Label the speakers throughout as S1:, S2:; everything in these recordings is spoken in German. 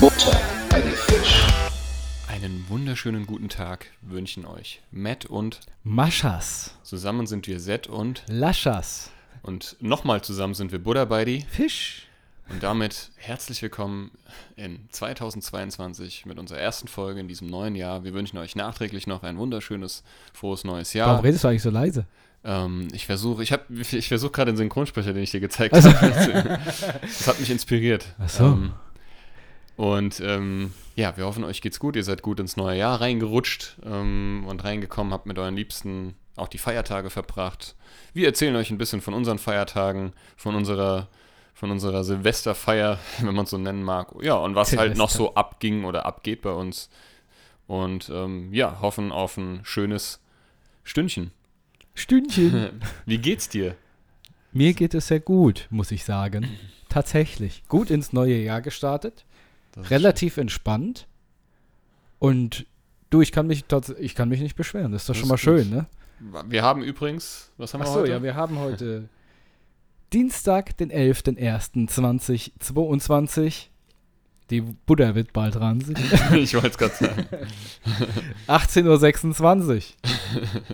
S1: Butter bei den Fisch.
S2: Einen wunderschönen guten Tag wünschen euch Matt und
S3: Maschas,
S2: zusammen sind wir Zed und
S3: Laschas,
S2: und nochmal zusammen sind wir Buddha Buddy
S3: Fisch.
S2: und damit herzlich willkommen in 2022 mit unserer ersten Folge in diesem neuen Jahr. Wir wünschen euch nachträglich noch ein wunderschönes frohes neues
S3: Warum
S2: Jahr.
S3: redest du eigentlich so leise?
S2: Ähm, ich versuche, ich habe, ich versuche gerade den Synchronsprecher, den ich dir gezeigt
S3: Also-
S2: habe. Das hat mich inspiriert.
S3: Ach so.
S2: Ähm, und ähm, ja, wir hoffen, euch geht's gut. Ihr seid gut ins neue Jahr reingerutscht ähm, und reingekommen, habt mit euren Liebsten auch die Feiertage verbracht. Wir erzählen euch ein bisschen von unseren Feiertagen, von unserer, von unserer Silvesterfeier, wenn man es so nennen mag. Ja, und was halt noch
S3: Silvester.
S2: so abging oder abgeht bei uns. Und ähm, ja, hoffen auf ein schönes Stündchen.
S3: Stündchen.
S2: Wie geht's dir?
S3: Mir geht es sehr gut, muss ich sagen. Tatsächlich. Gut ins neue Jahr gestartet, relativ entspannt und du, ich kann mich, tats- ich kann mich nicht beschweren. Das ist doch
S2: Das
S3: schon mal
S2: ist gut.
S3: schön, ne?
S2: Wir haben übrigens, was haben wir
S3: Achso,
S2: heute?
S3: ja, wir haben heute Dienstag, den 11.01.2022. Die Buddha wird bald dran.
S2: ich wollte es gerade sagen.
S3: 18.26 Uhr.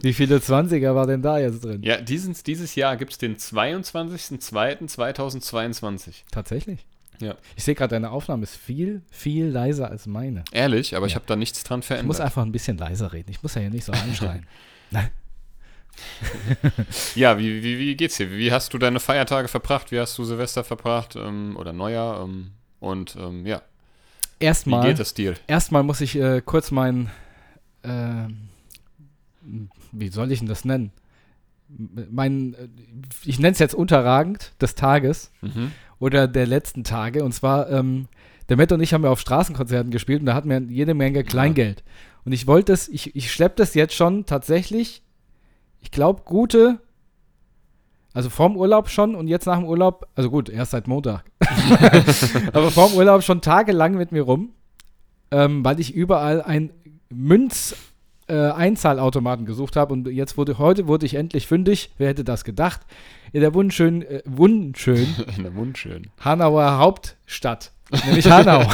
S3: Wie viele 20er war denn da jetzt drin?
S2: Ja, dieses, dieses Jahr gibt es den 22.02.2022.
S3: Tatsächlich.
S2: Ja.
S3: Ich sehe gerade, deine Aufnahme ist viel, viel leiser als meine.
S2: Ehrlich, aber ich habe da nichts dran
S3: Ich muss
S2: verändert.
S3: einfach ein bisschen leiser reden. Ich muss ja hier nicht so anschreien.
S2: Ja, wie, wie, wie geht's dir? Wie hast du deine Feiertage verbracht? Wie hast du Silvester verbracht? Ähm, oder Neujahr? Ähm, und ähm, ja, wie
S3: Erstmal,
S2: geht es dir?
S3: erstmal muss ich äh, kurz meinen, ähm, wie soll ich denn das nennen? M- Mein, äh, ich nenne es jetzt unterragend des Tages
S2: Mhm.
S3: oder der letzten Tage. Und zwar, ähm, der Matt und ich haben ja auf Straßenkonzerten gespielt und da hatten wir jede Menge Kleingeld. Und ich wollte es, ich, ich schleppe das jetzt schon tatsächlich, ich glaube, gute, also vorm Urlaub schon und jetzt nach dem Urlaub, also gut, erst seit Montag, aber vorm Urlaub schon tagelang mit mir rum, ähm, weil ich überall ein Münz- äh, Einzahlautomaten gesucht habe und jetzt wurde heute wurde ich endlich fündig. Wer hätte das gedacht? In der wunderschönen, äh, wunderschönen
S2: In der Mund schön.
S3: Hanauer Hauptstadt, nämlich Hanau.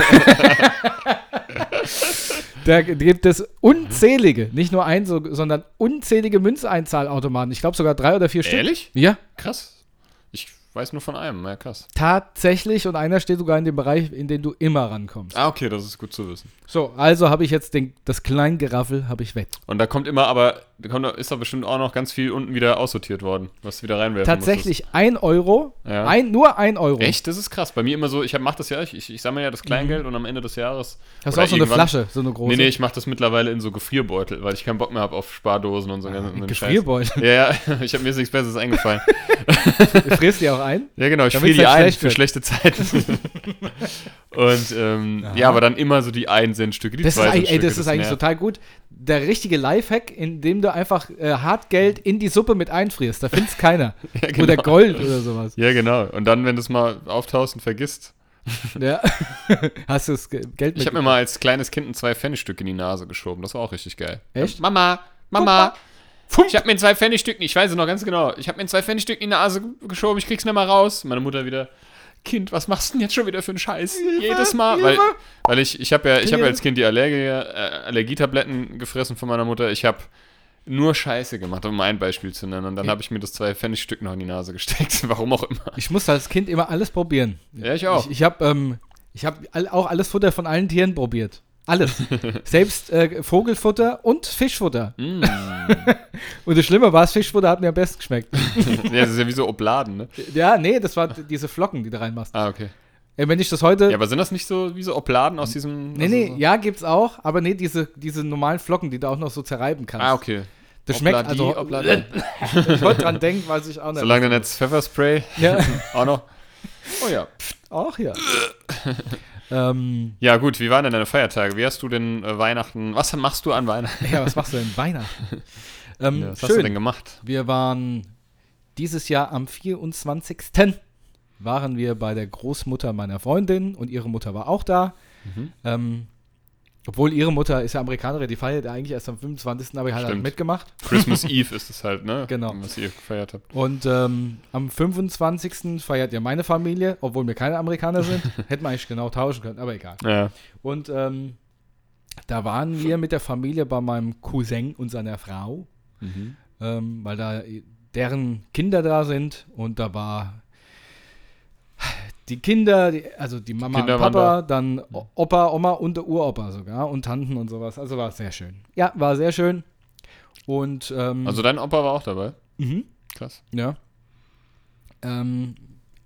S3: da gibt es unzählige, nicht nur ein, so- sondern unzählige Münzeinzahlautomaten. Ich glaube sogar drei oder vier Stück.
S2: Ehrlich?
S3: Ja,
S2: Krass. Ich weiß nur von einem. Ja, krass.
S3: tatsächlich. Und einer steht sogar in dem Bereich, in den du immer rankommst.
S2: Ah, okay, das ist gut zu wissen.
S3: So, also habe ich jetzt den, das Kleingeraffel habe ich weg.
S2: Und da kommt immer, aber da kommt, ist da bestimmt auch noch ganz viel unten wieder aussortiert worden, was du wieder reinwerfen musstest.
S3: Tatsächlich ein Euro,
S2: Ja.
S3: ein, nur ein Euro.
S2: Echt? Das ist krass. Bei mir immer so, ich hab, mach das ja, ich, ich, ich sammle ja das Kleingeld und am Ende des Jahres.
S3: Mhm. Hast du
S2: oder
S3: auch so eine
S2: irgendwann-
S3: Flasche, so eine große?
S2: Nee, nee, ich mach das mittlerweile in so Gefrierbeutel, weil ich keinen Bock mehr habe auf Spardosen und so ganzen und den Scheiß.
S3: Ah, Gefrierbeutel.
S2: Ja, ja, ich habe mir jetzt nichts Besseres eingefallen.
S3: Du frierst die auch ein?
S2: Ja, genau, ich friere
S3: Damit's
S2: die
S3: dann halt
S2: ein
S3: schlecht
S2: für
S3: wird.
S2: schlechte Zeiten. und ähm, ja, aber dann immer so die 1 Cent Stücke, die
S3: Das
S2: 2
S3: ist,
S2: Cent
S3: eigentlich- ey,
S2: Stücke.
S3: das ist eigentlich total gut. Der richtige Lifehack, indem du einfach äh, Hartgeld in die Suppe mit einfrierst. Da findest keiner.
S2: Ja, genau.
S3: Oder Gold oder sowas.
S2: Ja, genau. Und dann, wenn du es mal auftaust und vergisst.
S3: Ja. Hast du das Ge- Geld
S2: Ich habe mir mal als kleines Kind ein 2-Pfennig-Stück in die Nase geschoben. Das war auch richtig geil.
S3: Echt?
S2: Mama, Mama. Ich habe mir ein 2-Pfennig-Stück, ich weiß es noch ganz genau, ich habe mir ein 2-Pfennig-Stück in die Nase ge- geschoben, ich krieg's nicht mal raus. Meine Mutter wieder, Kind, was machst du denn jetzt schon wieder für einen Scheiß? Jedes Mal. Weil, weil ich, ich habe ja, ich hab ja
S3: Hilfe.
S2: als Kind die Allergie, äh, Allergietabletten gefressen von meiner Mutter. Ich habe nur Scheiße gemacht, um ein Beispiel zu nennen. Und dann habe ich mir das 2-Pfennig-Stück noch in die Nase gesteckt. Warum auch immer.
S3: ich musste als Kind immer alles probieren.
S2: Ja, ich auch.
S3: Ich, ich habe ähm, ich hab all, auch alles Futter von allen Tieren probiert. Alles. Selbst äh, Vogelfutter und Fischfutter.
S2: Mm.
S3: und das Schlimme war, das Fischfutter hat mir am besten geschmeckt.
S2: ja, das ist ja wie so Obladen, ne?
S3: ja, nee, das waren diese Flocken, die du reinmachst.
S2: Ah, okay.
S3: Ey, wenn ich das heute.
S2: Ja, aber sind das nicht so wie so Obladen aus diesem.
S3: Nee,
S2: also
S3: nee,
S2: so?
S3: ja, gibt's auch, aber nee, diese, diese normalen Flocken, die du auch noch so zerreiben kannst.
S2: Ah, okay.
S3: Das schmeckt
S2: Obladi,
S3: also.
S2: Obladi.
S3: ich wollte dran denken, weiß ich auch nicht.
S2: Solange dann jetzt Pfefferspray
S3: Ja,
S2: auch noch. Oh ja.
S3: auch ja. ähm,
S2: Ja, gut, wie waren denn deine Feiertage? Wie hast du denn äh, Weihnachten? Was machst du an Weihnachten?
S3: ja, was machst du denn Weihnachten? Ähm,
S2: Was hast du denn
S3: schön.
S2: gemacht?
S3: Wir waren dieses Jahr am 24.
S2: Mhm.
S3: waren wir bei der Großmutter meiner Freundin und ihre Mutter war auch da. Ähm, Obwohl ihre Mutter ist ja Amerikanerin, die feiert ja eigentlich erst am 25., aber die hat halt
S2: Stimmt.
S3: mitgemacht.
S2: Christmas Eve ist es halt, ne?
S3: Genau.
S2: Was ihr gefeiert habt.
S3: Und ähm, am 25. feiert ja meine Familie, obwohl wir keine Amerikaner sind. Hätten wir eigentlich genau tauschen können, aber egal.
S2: Ja.
S3: Und ähm, da waren wir mit der Familie bei meinem Cousin und seiner Frau, ähm, weil da deren Kinder da sind und da war die Kinder, die, also die Mama
S2: Kinder
S3: und
S2: waren Mhm.
S3: Papa, dann O- Opa, Oma und der Uropa sogar und Tanten und sowas. Also war sehr schön. Ja, war sehr schön. Und ähm,
S2: Also dein Opa war auch dabei.
S3: mhm,
S2: Krass.
S3: ja. Ähm,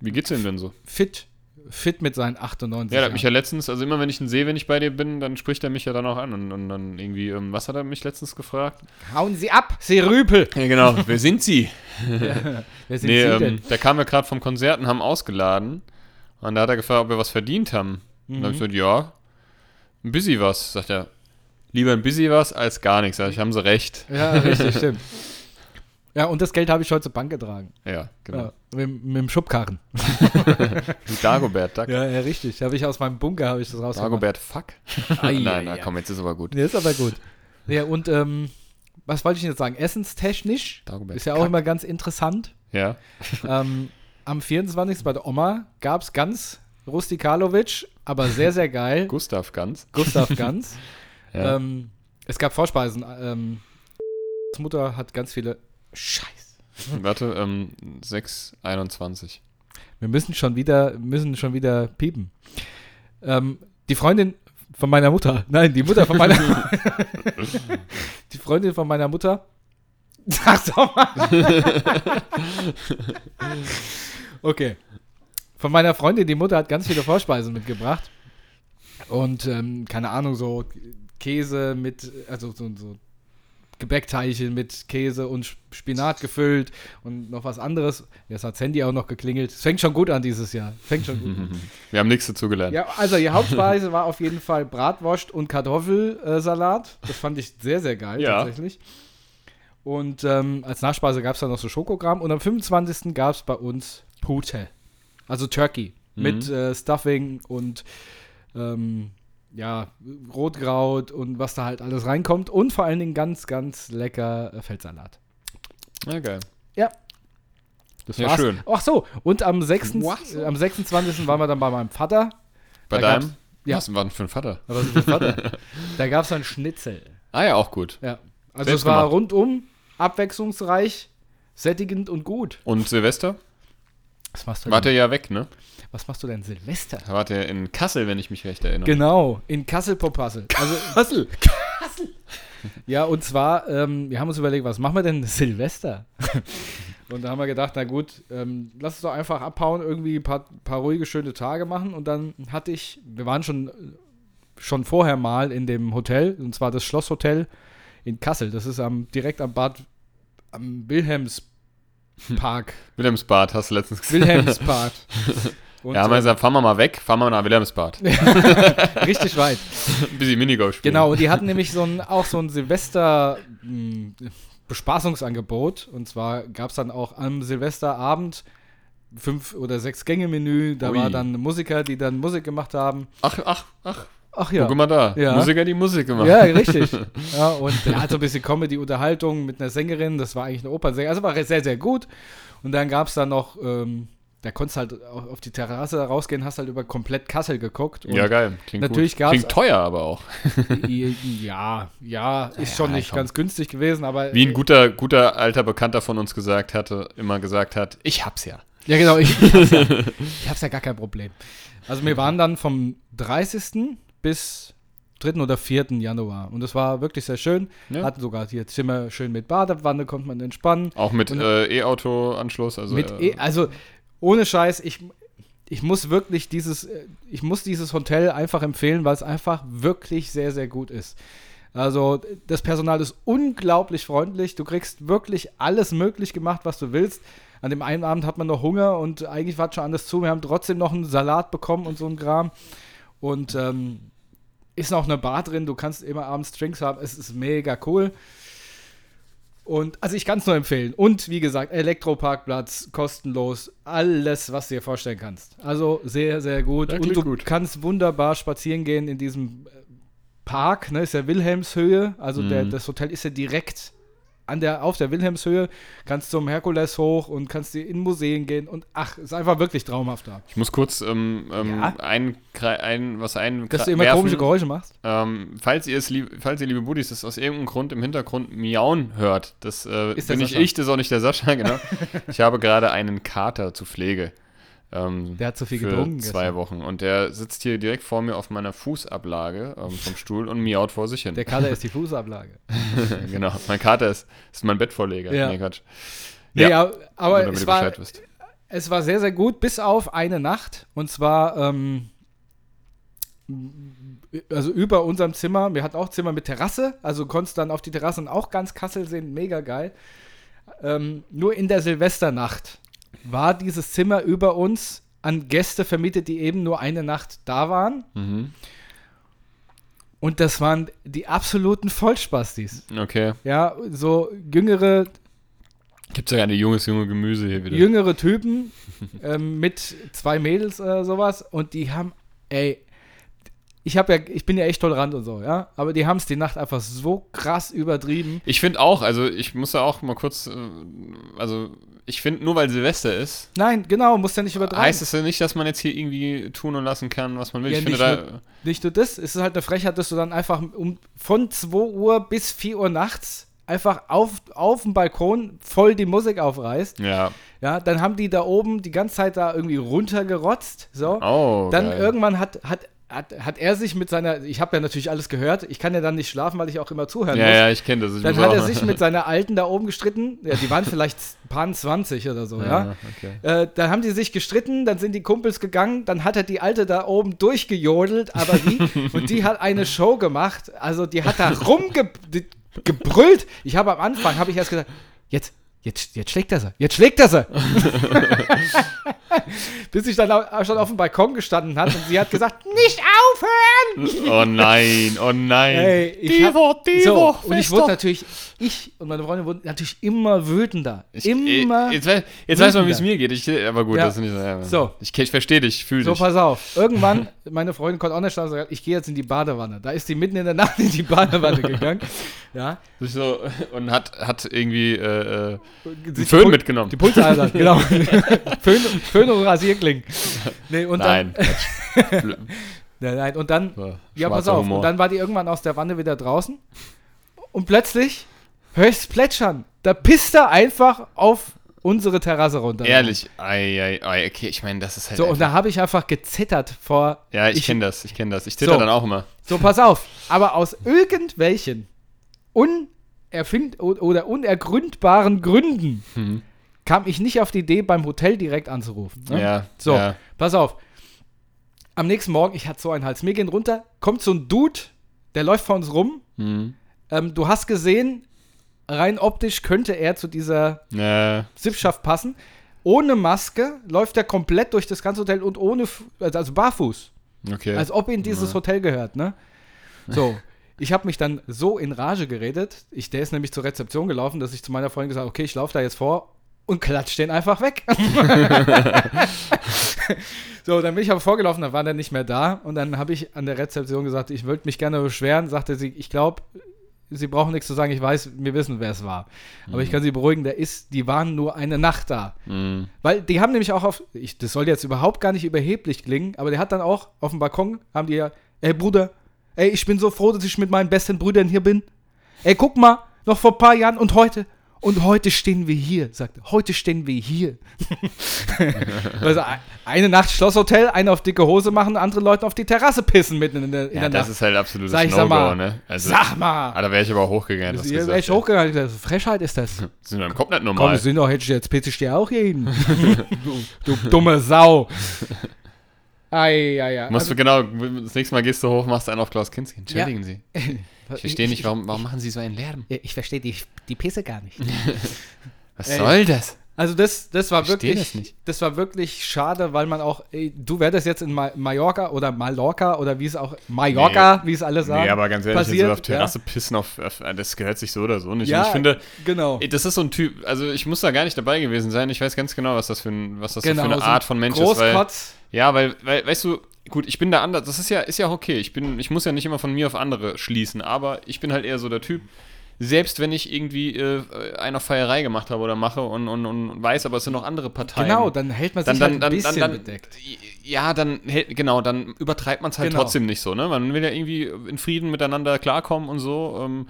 S2: Wie geht's ihm denn so?
S3: fit, fit mit seinen 98
S2: Ja, der hat mich ja letztens, also immer wenn ich ihn sehe, wenn ich bei dir bin, dann spricht er mich ja dann auch an und, und dann irgendwie, ähm, was hat er mich letztens gefragt?
S3: Hauen Sie ab, Sie Rüpel!
S2: Ja, genau. Wer sind Sie?
S3: Wer sind
S2: Nee,
S3: Sie
S2: ähm,
S3: denn?
S2: da kamen wir gerade vom Konzert und haben ausgeladen. Und da hat er gefragt, ob wir was verdient haben. Und dann habe ich
S3: Mhm.
S2: gesagt, ja, ein bisschen was. Sagt er, lieber ein bisschen was als gar nichts. Sag ich, haben Sie recht.
S3: Ja, richtig, stimmt. Ja, und das Geld habe ich heute zur Bank getragen.
S2: Ja, genau.
S3: Ja, mit, mit dem Schubkarren.
S2: Wie Dagobert, Dag
S3: Ja, ja, richtig. Habe ich aus meinem Bunker habe ich das rausgekommen.
S2: Dagobert, fuck. nein,
S3: Ei, ei,
S2: nein,
S3: ei.
S2: komm, jetzt ist aber gut.
S3: Ja, ist aber gut. Ja, und ähm, was wollte ich jetzt sagen? Essenstechnisch
S2: Dagobert.
S3: ist ja auch immer ganz interessant.
S2: Ja.
S3: ähm, am 24. bei der Oma gab es ganz Rustikalovic, aber sehr, sehr geil.
S2: Gustav Ganz.
S3: Gustav Ganz.
S2: Ja.
S3: ähm, es gab Vorspeisen. Ähm, Mutter hat ganz viele. Scheiße.
S2: Warte, ähm, 6,21.
S3: Wir müssen schon wieder, müssen schon wieder piepen. Ähm, die Freundin von meiner Mutter, nein, die Mutter von meiner, die Freundin von meiner Mutter. Sag doch mal. okay. Von meiner Freundin, die Mutter hat ganz viele Vorspeisen mitgebracht und ähm, keine Ahnung so Käse mit, also so, so Gebäckteilchen mit Käse und Sp- Spinat gefüllt und noch was anderes. Jetzt hat das Handy auch noch geklingelt. Es fängt schon gut an dieses Jahr. Fängt schon gut an.
S2: Wir haben nichts dazugelernt.
S3: Ja, also die Hauptspeise war auf jeden Fall Bratwurst und Kartoffelsalat. Das fand ich sehr, sehr geil
S2: Ja.
S3: tatsächlich. Und ähm, als Nachspeise gab es dann noch so Schokogramm. Und am 25. gab es bei uns Pute. Also Turkey. Mit
S2: Mhm.
S3: äh, Stuffing und ähm, ja, Rotkraut und was da halt alles reinkommt. Und vor allen Dingen ganz, ganz lecker äh, Feldsalat.
S2: Na geil.
S3: Ja.
S2: Das war
S3: War's-
S2: schön.
S3: Ach so, und am, 6,
S2: Was?
S3: äh, am 26. waren wir dann bei meinem Vater.
S2: Bei
S3: Da
S2: deinem?
S3: ja.
S2: Was war denn für ein Vater?
S3: Aber was ist das Vater? da gab es dann Schnitzel.
S2: Ah ja, auch gut.
S3: Ja. Also
S2: Selbst
S3: es war
S2: gemacht.
S3: rundum abwechslungsreich, sättigend und gut.
S2: Und Silvester?
S3: Was machst du
S2: War
S3: denn,
S2: der ja weg, ne?
S3: was machst du denn Silvester?
S2: Da war der in Kassel, wenn ich mich recht erinnere.
S3: Genau, in Kassel-Popassel. Also,
S2: Kassel!
S3: ja, und zwar, ähm, wir haben uns überlegt, was machen wir denn Silvester? und da haben wir gedacht, na gut, ähm, lass uns doch einfach abhauen, irgendwie ein paar, paar ruhige, schöne Tage machen. Und dann hatte ich, wir waren schon, schon vorher mal in dem Hotel, und zwar das Schlosshotel in Kassel. Das ist am, direkt am Bad, am Wilhelmspark.
S2: Wilhelmsbad, hast du letztens gesagt.
S3: Wilhelmsbad. Und,
S2: Ja, haben wir gesagt, fahren wir mal weg, fahren wir nach Wilhelmsbad.
S3: äh, richtig weit.
S2: Ein bisschen Minigolf spielen.
S3: Genau, und die hatten nämlich so ein, auch so ein Silvester mh, Bespaßungsangebot. Und zwar gab es dann auch am Silvesterabend fünf oder sechs Gänge Menü. Da
S2: Ui.
S3: war dann Musiker, die dann Musik gemacht haben.
S2: Ach, ach, ach,
S3: Ach
S2: ja.
S3: ja.
S2: guck mal da.
S3: Ja.
S2: Musiker, die Musik gemacht.
S3: Ja, richtig. Ja, und er hat so ein bisschen Comedy-Unterhaltung mit einer Sängerin. Das war eigentlich eine Opernsängerin. Also war sehr, sehr gut. Und dann gab es dann noch, ähm, da konntest halt au- auf die Terrasse rausgehen, hast halt über komplett Kassel geguckt. Und
S2: Ja, geil. Klingt
S3: Natürlich
S2: gut.
S3: gab's-
S2: Klingt teuer aber auch.
S3: Ja, ja, ist schon
S2: Ja,
S3: nicht
S2: komm.
S3: ganz günstig gewesen, aber.
S2: Wie ein guter, guter alter Bekannter von uns gesagt hatte, immer gesagt hat, ich hab's ja.
S3: Ja, genau. Ich, ich, hab's ja, ich hab's ja gar kein Problem. Also, wir waren dann vom 30. bis 3. oder 4. Januar. Und das war wirklich sehr schön.
S2: Ja.
S3: Hatten sogar hier Zimmer schön mit Badewanne, konnte man entspannen.
S2: Auch mit äh, E-Auto-Anschluss. Also,
S3: mit
S2: äh,
S3: e also, ohne Scheiß, ich, ich muss wirklich dieses, äh, ich muss dieses Hotel einfach empfehlen, weil es einfach wirklich sehr, sehr gut ist. Also, das Personal ist unglaublich freundlich. Du kriegst wirklich alles möglich gemacht, was du willst. An dem einen Abend hat man noch Hunger und eigentlich war schon alles zu. Wir haben trotzdem noch einen Salat bekommen und so ein Gram. Und ähm, ist noch eine Bar drin. Du kannst immer abends Drinks haben. Es ist mega cool. Und also ich kann es nur empfehlen. Und wie gesagt, Elektroparkplatz, kostenlos, alles, was du dir vorstellen kannst. Also sehr, sehr gut.
S2: Ja,
S3: und
S2: klingt
S3: du
S2: gut.
S3: kannst wunderbar spazieren gehen in diesem äh, Park, ne, ist ja Wilhelmshöhe, also
S2: Mhm.
S3: der, das Hotel ist ja direkt an der, auf der Wilhelmshöhe, kannst zum Herkules hoch und kannst dir in Museen gehen und ach, ist einfach wirklich traumhaft da.
S2: Ich muss kurz ähm, ähm,
S3: Ja.
S2: ein, ein, was ein
S3: Dass du immer komische Geräusche machst.
S2: Ähm, falls ihr es, lieb, falls ihr liebe Buddies, das aus irgendeinem Grund im Hintergrund miauen hört, das äh,
S3: Ist der
S2: bin nicht
S3: Sascha.
S2: ich, das ist auch nicht der Sascha, genau. ich habe gerade einen Kater zur Pflege. Ähm,
S3: Der hat zu viel
S2: für
S3: getrunken.
S2: zwei Wochen. Und der sitzt hier direkt vor mir auf meiner Fußablage ähm, vom Stuhl und miaut vor sich hin.
S3: Der Kader ist die Fußablage.
S2: genau. Mein Kater ist, ist mein Bettvorleger.
S3: Ja.
S2: Nee, Quatsch.
S3: Nee,
S2: Ja,
S3: ja, aber
S2: damit
S3: es
S2: ihr
S3: war,
S2: Bescheid wisst.
S3: es war sehr, sehr gut, bis auf eine Nacht. Und zwar, ähm, also über unserem Zimmer. Wir hatten auch Zimmer mit Terrasse. Also konntest dann auf die Terrasse und auch ganz Kassel sehen. Mega geil. Ähm, nur in der Silvesternacht war dieses Zimmer über uns an Gäste vermietet, die eben nur eine Nacht da waren.
S2: Mhm.
S3: Und das waren die absoluten Vollspastis.
S2: Okay.
S3: Ja, so jüngere
S2: Gibt's ja gerne junges, junge Gemüse hier wieder.
S3: jüngere Typen ähm, mit zwei Mädels oder sowas und die haben, ey, ich habe ja, ich bin ja echt tolerant und so, ja, aber die haben es die Nacht einfach so krass übertrieben.
S2: Ich finde auch, also ich muss da auch mal kurz, äh, also ich finde, nur weil Silvester ist,
S3: Nein, genau, muss ja nicht übertreiben.
S2: heißt es ja nicht, dass man jetzt hier irgendwie tun und lassen kann, was man will.
S3: Ja,
S2: ich finde
S3: nicht
S2: da,
S3: nicht nur das, es ist halt eine Frechheit, dass du dann einfach um, von 2 Uhr bis 4 Uhr nachts einfach auf, auf dem Balkon voll die Musik aufreißt.
S2: ja,
S3: Ja, dann haben die da oben die ganze Zeit da irgendwie runtergerotzt. So.
S2: oh,
S3: dann
S2: geil.
S3: irgendwann hat, hat, hat, hat er sich mit seiner, ich habe ja natürlich alles gehört, ich kann ja dann nicht schlafen, weil ich auch immer zuhören
S2: Ja,
S3: muss.
S2: ja, ich kenne das. Ich
S3: Dann
S2: muss
S3: hat
S2: auch-
S3: er sich mit seiner Alten da oben gestritten. Ja, die waren vielleicht paar 20 oder so, ja.
S2: Ja, okay.
S3: Äh, dann haben die sich gestritten, dann sind die Kumpels gegangen, dann hat er die Alte da oben durchgejodelt, aber die, und die hat eine Show gemacht. Also die hat da rumgebrüllt. Ich habe am Anfang, habe ich erst gedacht, jetzt, jetzt, jetzt schlägt er sie, jetzt schlägt er sie. Bis ich dann auch schon auf dem Balkon gestanden hat und sie hat gesagt, nicht aufhören!
S2: Oh nein, oh nein.
S3: Ey, ich hab-
S2: Woche, die
S3: so,
S2: Woche,
S3: und ich
S2: Fester.
S3: wurde natürlich, ich und meine Freundin wurden natürlich immer wütender.
S2: Ich- äh,
S3: immer.
S2: Jetzt, weiß- jetzt weiß man, wie es
S3: wütender.
S2: mir geht. Ich, äh, aber gut,
S3: Ja.
S2: das ist nicht so. Ja,
S3: So.
S2: Ich, ich verstehe dich, ich fühle
S3: So,
S2: dich.
S3: pass auf. Irgendwann, meine Freundin konnte auch nicht schlafen, sagt, ich gehe jetzt in die Badewanne. Da ist sie mitten in der Nacht in die Badewanne gegangen. Ja.
S2: Sich so und hat, hat irgendwie äh, äh, einen
S3: Sich
S2: Föhn
S3: Pul-
S2: mitgenommen.
S3: Die Pulsadern, genau. Föhn, Föhn und Rasierklingen. Nee, und
S2: nein.
S3: Dann, nein, nein, und dann,
S2: So,
S3: ja, pass
S2: schwarzer
S3: auf.
S2: Humor.
S3: Und dann war die irgendwann aus der Wanne wieder draußen. Und plötzlich höre ich's plätschern. Da pisst er einfach auf unsere Terrasse runter.
S2: Ehrlich, ei, ei, ei, okay, ich meine, das ist halt.
S3: So, und
S2: einfach-
S3: da habe ich einfach gezittert vor.
S2: ja, ich, kenne das, ich kenne das. Ich zitter
S3: So.
S2: dann auch immer.
S3: So, pass auf. Aber aus irgendwelchen unerfind o- oder unergründbaren Gründen
S2: Mhm.
S3: kam ich nicht auf die Idee, beim Hotel direkt anzurufen. Ne?
S2: Ja,
S3: So,
S2: ja.
S3: pass auf. Am nächsten Morgen, ich hatte so einen Hals. Wir gehen runter, kommt so ein Dude, der läuft vor uns rum.
S2: Mhm.
S3: Ähm, du hast gesehen, rein optisch könnte er zu dieser
S2: Ja.
S3: Sippschaft passen. Ohne Maske läuft er komplett durch das ganze Hotel und ohne, F- also barfuß.
S2: Okay.
S3: Als ob ihm dieses Hotel gehört, ne? So. Ich habe mich dann so in Rage geredet. Ich, der ist nämlich zur Rezeption gelaufen, dass ich zu meiner Freundin gesagt habe, okay, ich laufe da jetzt vor und klatsch den einfach weg. so, dann bin ich aber vorgelaufen, dann war der nicht mehr da. Und dann habe ich an der Rezeption gesagt, ich würde mich gerne beschweren. Sagte sie, ich glaube, sie brauchen nichts zu sagen. Ich weiß, wir wissen, wer es war. Aber ich kann sie beruhigen, der ist, die waren nur eine Nacht da.
S2: Mhm.
S3: Weil die haben nämlich auch auf, ich, das soll jetzt überhaupt gar nicht überheblich klingen, aber der hat dann auch auf dem Balkon, haben die ja, ey Bruder, ey, ich bin so froh, dass ich mit meinen besten Brüdern hier bin. Ey, guck mal, noch vor ein paar Jahren und heute. Und heute stehen wir hier, sagt er. Heute stehen wir hier. also e- eine Nacht Schlosshotel, eine auf dicke Hose machen, andere Leute auf die Terrasse pissen mitten in der, in
S2: Ja,
S3: der
S2: das
S3: Nacht.
S2: ist halt absolutes
S3: Sag ich, sag
S2: No-Go,
S3: mal.
S2: ne? Also,
S3: Sag mal!
S2: Ah, da wäre ich aber hochgegangen.
S3: Das
S2: hast
S3: ist
S2: du
S3: hier
S2: gesagt,
S3: echt hochgegangen. Ich dachte, Frechheit ist das.
S2: Das sind wir im Kopf nicht
S3: Komm,
S2: normal.
S3: wir sind doch jetzt, jetzt pitze ich dir auch jeden. du, du dumme Sau. Ei, ei, ei.
S2: Musst du genau, das nächste Mal gehst du hoch, machst einen auf Klaus Kinski. Entschuldigen Sie.
S3: Also,
S2: Ich verstehe nicht, warum, warum machen Sie so einen Lärm?
S3: Ich, ich verstehe die, die Pisse gar nicht.
S2: Was
S3: Ey.
S2: soll das?
S3: Also das, das war
S2: Verstehe
S3: wirklich,
S2: das nicht.
S3: war wirklich schade, weil man auch, ey, du wärst jetzt in Ma Mallorca oder Mallorca oder wie es auch Mallorca, wie es alle sagen.
S2: Nee, aber ganz ehrlich,
S3: passiert,
S2: jetzt auf Terrasse pissen, auf, auf, äh, das gehört sich so oder so nicht.
S3: Ja,
S2: Und ich finde,
S3: genau.
S2: ey, das ist so ein Typ, also ich muss da gar nicht dabei gewesen sein. Ich weiß ganz genau, was das für, ein, was das so
S3: genau
S2: für eine
S3: so ein
S2: Art von Mensch ist. Weil,
S3: Großkotz.
S2: ja, weil, weil, weißt du, gut, ich bin da anders. Das ist ja, ist ja okay. Ich, bin, ich muss ja nicht immer von mir auf andere schließen, aber ich bin halt eher so der Typ. Selbst wenn ich irgendwie äh, eine Feierei gemacht habe oder mache und, und, und weiß, aber es sind noch andere Parteien.
S3: Genau, dann hält man sich halt ein bisschen bedeckt.
S2: Ja, dann hält, genau, dann übertreibt man es halt
S3: Genau.
S2: trotzdem nicht so, ne? Man will ja irgendwie in Frieden miteinander klarkommen und so. Ähm,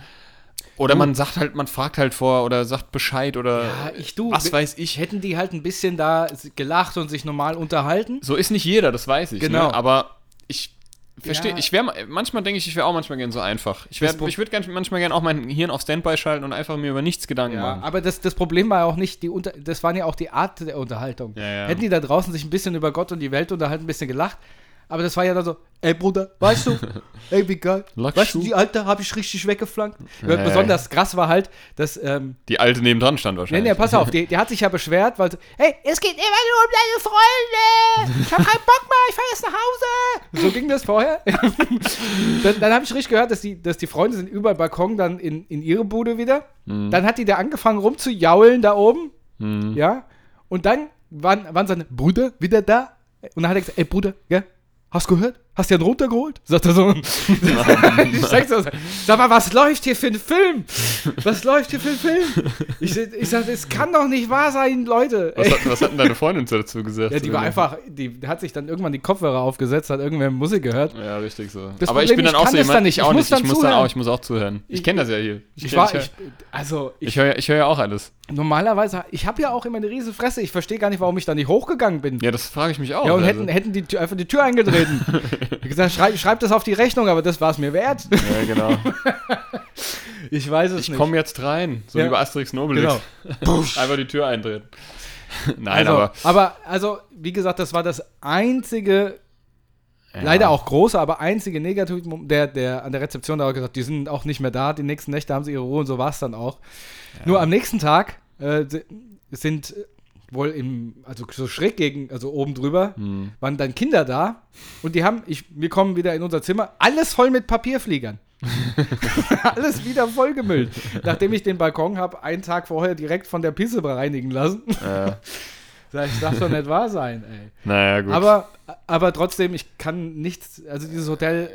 S2: oder man sagt halt, man fragt halt vor oder sagt Bescheid oder
S3: Ja, ich du.
S2: was weiß ich.
S3: Hätten die halt ein bisschen da gelacht und sich normal unterhalten.
S2: So ist nicht jeder, das weiß ich.
S3: Genau.
S2: Ne? Aber ich verstehe,
S3: Ja.
S2: ich wäre manchmal denke ich, ich wäre auch manchmal gern so einfach. Ich,
S3: Das
S2: wär,
S3: Pro-
S2: ich würde gern, manchmal gern auch mein Hirn auf Standby schalten und einfach mir über nichts Gedanken
S3: Ja,
S2: machen.
S3: aber das, das Problem war ja auch nicht, die unter, das waren ja auch die Art der Unterhaltung.
S2: Ja, ja.
S3: Hätten die da draußen sich ein bisschen über Gott und die Welt unterhalten, ein bisschen gelacht, aber das war ja dann so, ey Bruder, weißt du, ey wie geil,
S2: Lackschuh.
S3: weißt du, die Alte habe ich richtig weggeflankt.
S2: Ja, ja.
S3: Besonders krass war halt, dass, ähm,
S2: Die alte nebendran stand
S3: nee,
S2: wahrscheinlich.
S3: nee, pass auf, die, die hat sich ja beschwert, weil, sie, hey, es geht immer nur um deine Freunde, ich habe keinen Bock mehr, ich fahre jetzt nach Hause. So ging das vorher. dann dann habe ich richtig gehört, dass die, dass die Freunde sind über den Balkon dann in, in ihre Bude wieder. Dann hat die da angefangen rumzujaulen da oben.
S2: Hm.
S3: Ja. Und dann waren, waren seine Brüder wieder da. Und dann hat er gesagt, ey Bruder, gell? Hast gehört? Hast du einen runtergeholt? Sagt er so. ich sag so, sag mal, was läuft hier für ein Film? Was läuft hier für ein Film? Ich, ich sag, es kann doch nicht wahr sein, Leute.
S2: Was, hat, was hat denn deine Freundin dazu gesagt?
S3: Ja, die war einfach, die hat sich dann irgendwann die Kopfhörer aufgesetzt, hat irgendwer Musik gehört.
S2: Ja, richtig so.
S3: Das
S2: aber ich
S3: Problem,
S2: bin dann
S3: ich
S2: auch
S3: kann
S2: so
S3: das
S2: jemand,
S3: dann nicht.
S2: ich auch
S3: Ich
S2: nicht,
S3: muss
S2: ich
S3: dann
S2: muss dann
S3: zuhören.
S2: auch, ich muss auch zuhören. Ich, kenne das ja hier.
S3: Ich,
S2: kenn-
S3: war,
S2: ich,
S3: ich, also ich,
S2: ich höre ich höre ja auch alles.
S3: normalerweise, ich habe ja auch immer eine riesen Fresse. Ich verstehe gar nicht, warum ich da nicht hochgegangen bin.
S2: Ja, das frage ich mich auch.
S3: Ja, und
S2: also.
S3: hätten, hätten die Tür, einfach die Tür eingetreten. Wie gesagt, schreib, schreib das auf die Rechnung, aber das war es mir wert.
S2: ja genau.
S3: Ich weiß es
S2: Ich komme jetzt rein, so
S3: Ja.
S2: wie bei Asterix und Obelix.
S3: Genau.
S2: Einfach die Tür eintreten. Nein,
S3: Also, aber,
S2: aber
S3: also, wie gesagt, das war das einzige,
S2: Ja.
S3: leider auch große, aber einzige Negativ, der, der an der Rezeption da auch gesagt, die sind auch nicht mehr da, die nächsten Nächte haben sie ihre Ruhe und so war es dann auch. Nur am nächsten Tag äh, si- sind äh, wohl im, also so schräg gegen, also oben drüber,
S2: Mhm. Hm.
S3: waren dann Kinder da und die haben, ich, wir kommen wieder in unser Zimmer, alles voll mit Papierfliegern. alles wieder vollgemüllt. Nachdem ich den Balkon habe, einen Tag vorher direkt von der Pisse bereinigen lassen.
S2: äh,
S3: Sag ich, darf doch nicht wahr sein, ey.
S2: naja, gut.
S3: Aber, aber trotzdem, ich kann nichts, also dieses Hotel,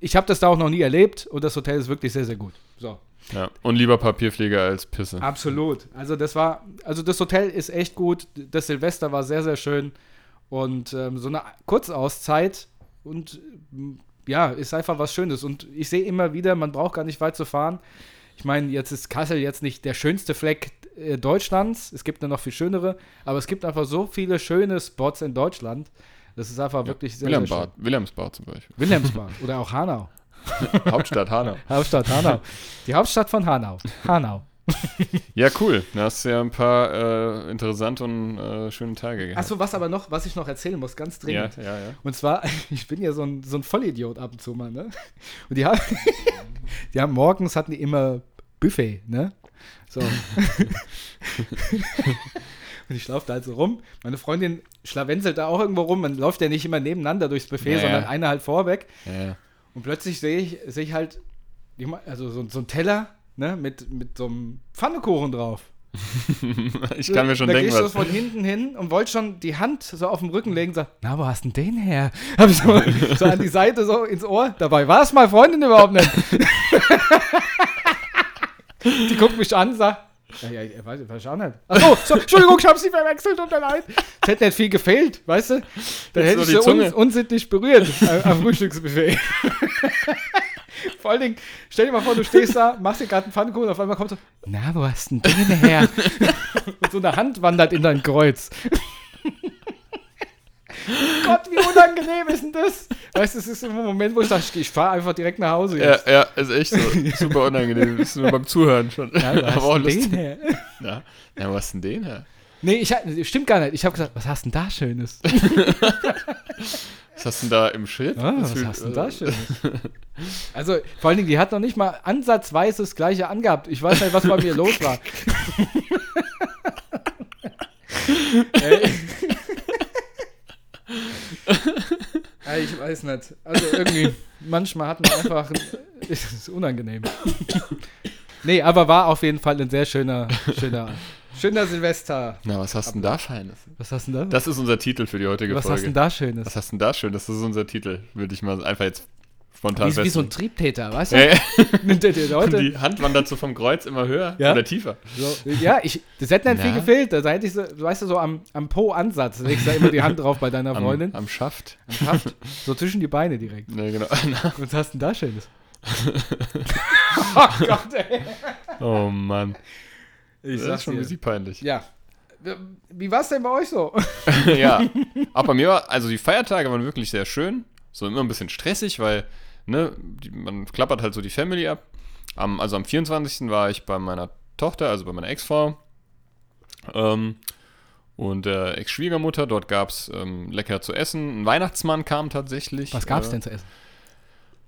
S3: ich habe das da auch noch nie erlebt und das Hotel ist wirklich sehr, sehr gut. So.
S2: ja. Und lieber Papierflieger als Pisse.
S3: Absolut. Also das war, also das Hotel ist echt gut, das Silvester war sehr, sehr schön und ähm, so eine Kurzauszeit und ähm, ja, ist einfach was Schönes und ich sehe immer wieder, man braucht gar nicht weit zu fahren. Ich meine, jetzt ist Kassel jetzt nicht der schönste Fleck äh, Deutschlands, es gibt nur noch viel schönere, aber es gibt einfach so viele schöne Spots in Deutschland. Das ist einfach wirklich sehr, sehr schön.
S2: Wilhelmsbad, Wilhelmsbad zum Beispiel.
S3: Wilhelmsbad oder auch Hanau.
S2: Hauptstadt Hanau.
S3: Hauptstadt Hanau. Die Hauptstadt von Hanau. Hanau.
S2: Ja, cool. Da hast du ja ein paar äh, interessante und äh, schöne Tage gehabt.
S3: Achso, was aber noch, was ich noch erzählen muss, ganz
S2: ja,
S3: dringend.
S2: ja, ja.
S3: Und zwar, ich bin ja so ein, so ein Vollidiot ab und zu mal, ne? Und die haben, die haben morgens hatten die immer Buffet, ne? So. und ich laufe da halt so rum. Meine Freundin schlawenzelt da auch irgendwo rum. Man läuft ja nicht immer nebeneinander durchs Buffet,
S2: Ja, ja.
S3: sondern einer halt vorweg.
S2: ja, ja.
S3: Und plötzlich sehe ich, sehe ich halt, die ma- also so, so ein Teller, ne? Mit, mit so einem Pfannekuchen drauf.
S2: Ich kann mir schon
S3: da
S2: denken,
S3: geh ich so
S2: was.
S3: von hinten hin und wollte schon die Hand so auf den Rücken legen und sag, na, wo hast denn den her? Hab ich so, so an die Seite, so ins Ohr. Dabei war es meine Freundin überhaupt nicht. die guckt mich an und sagt, ja, ja, ich weiß, ich weiß auch nicht. Ach so, so, Entschuldigung, ich hab sie verwechselt, tut mir leid. Es hätte nicht viel gefehlt, weißt du? Dann hätte
S2: nur
S3: ich
S2: die
S3: sie uns,
S2: Zunge.
S3: unsittlich berührt äh, am, am Frühstücksbuffet. Vor allen Dingen, stell dir mal vor, du stehst da, machst dir gerade einen Pfannkuchen und auf einmal kommt so, na, wo hast denn den her? und so eine Hand wandert in dein Kreuz. Gott, wie unangenehm ist denn das? Weißt du, es ist im Moment, wo ich sage, ich fahre einfach direkt nach Hause
S2: Ja,
S3: jetzt.
S2: ja, ist echt so. Super unangenehm. Ist nur beim Zuhören schon.
S3: wo hast
S2: aber auch
S3: denn den
S2: lustig.
S3: her?
S2: Ja. ja, wo hast denn den her?
S3: Nee, ich, hab- stimmt gar nicht. Ich habe gesagt, was hast denn da Schönes?
S2: Was hast du denn da im Schild?
S3: Ah,
S2: Das
S3: was
S2: fühlt- äh,
S3: hast du denn da Schönes? Also, vor allen Dingen, die hat noch nicht mal ansatzweise das Gleiche angehabt. Ich weiß nicht, was bei mir los war. Ja, ich weiß nicht. Also irgendwie, manchmal hat man einfach. ein- Es ist unangenehm. Nee, aber war auf jeden Fall ein sehr schöner, schöner, schöner Silvester.
S2: Na, was hast denn da Feines?
S3: Was hast du denn da?
S2: Das ist unser Titel für die heutige
S3: Was
S2: Folge.
S3: hast du denn da Schönes?
S2: Was hast denn da schön? Das ist unser Titel, würde ich mal einfach jetzt spontan
S3: Wie, wie so ein
S2: festlegen.
S3: Triebtäter, weißt du?
S2: Hey,
S3: Nimmt er dir Leute?
S2: die Hand wandert so vom Kreuz immer höher
S3: Ja.
S2: oder tiefer.
S3: So, ja, ich, das hätte nicht viel
S2: Na?
S3: gefehlt. Da hätte ich so, weißt du, so am, am Po-Ansatz legst du da immer die Hand drauf bei deiner
S2: Am,
S3: Freundin.
S2: am Schaft.
S3: Haft. So zwischen die Beine direkt.
S2: Ne, genau.
S3: Was hast du denn da Schönes? oh Gott, ey.
S2: oh Mann.
S3: Ich
S2: das ist schon ein bisschen peinlich.
S3: Ja. Wie war's denn bei euch so?
S2: ja. Aber bei mir war, also die Feiertage waren wirklich sehr schön. So immer ein bisschen stressig, weil, ne, die, man klappert halt so die Family ab. Am, also am 24. war ich bei meiner Tochter, also bei meiner Ex-Frau. Ähm, und der Ex-Schwiegermutter, dort gab es ähm, lecker zu essen. Ein Weihnachtsmann kam tatsächlich.
S3: Was gab's
S2: äh,
S3: denn zu essen?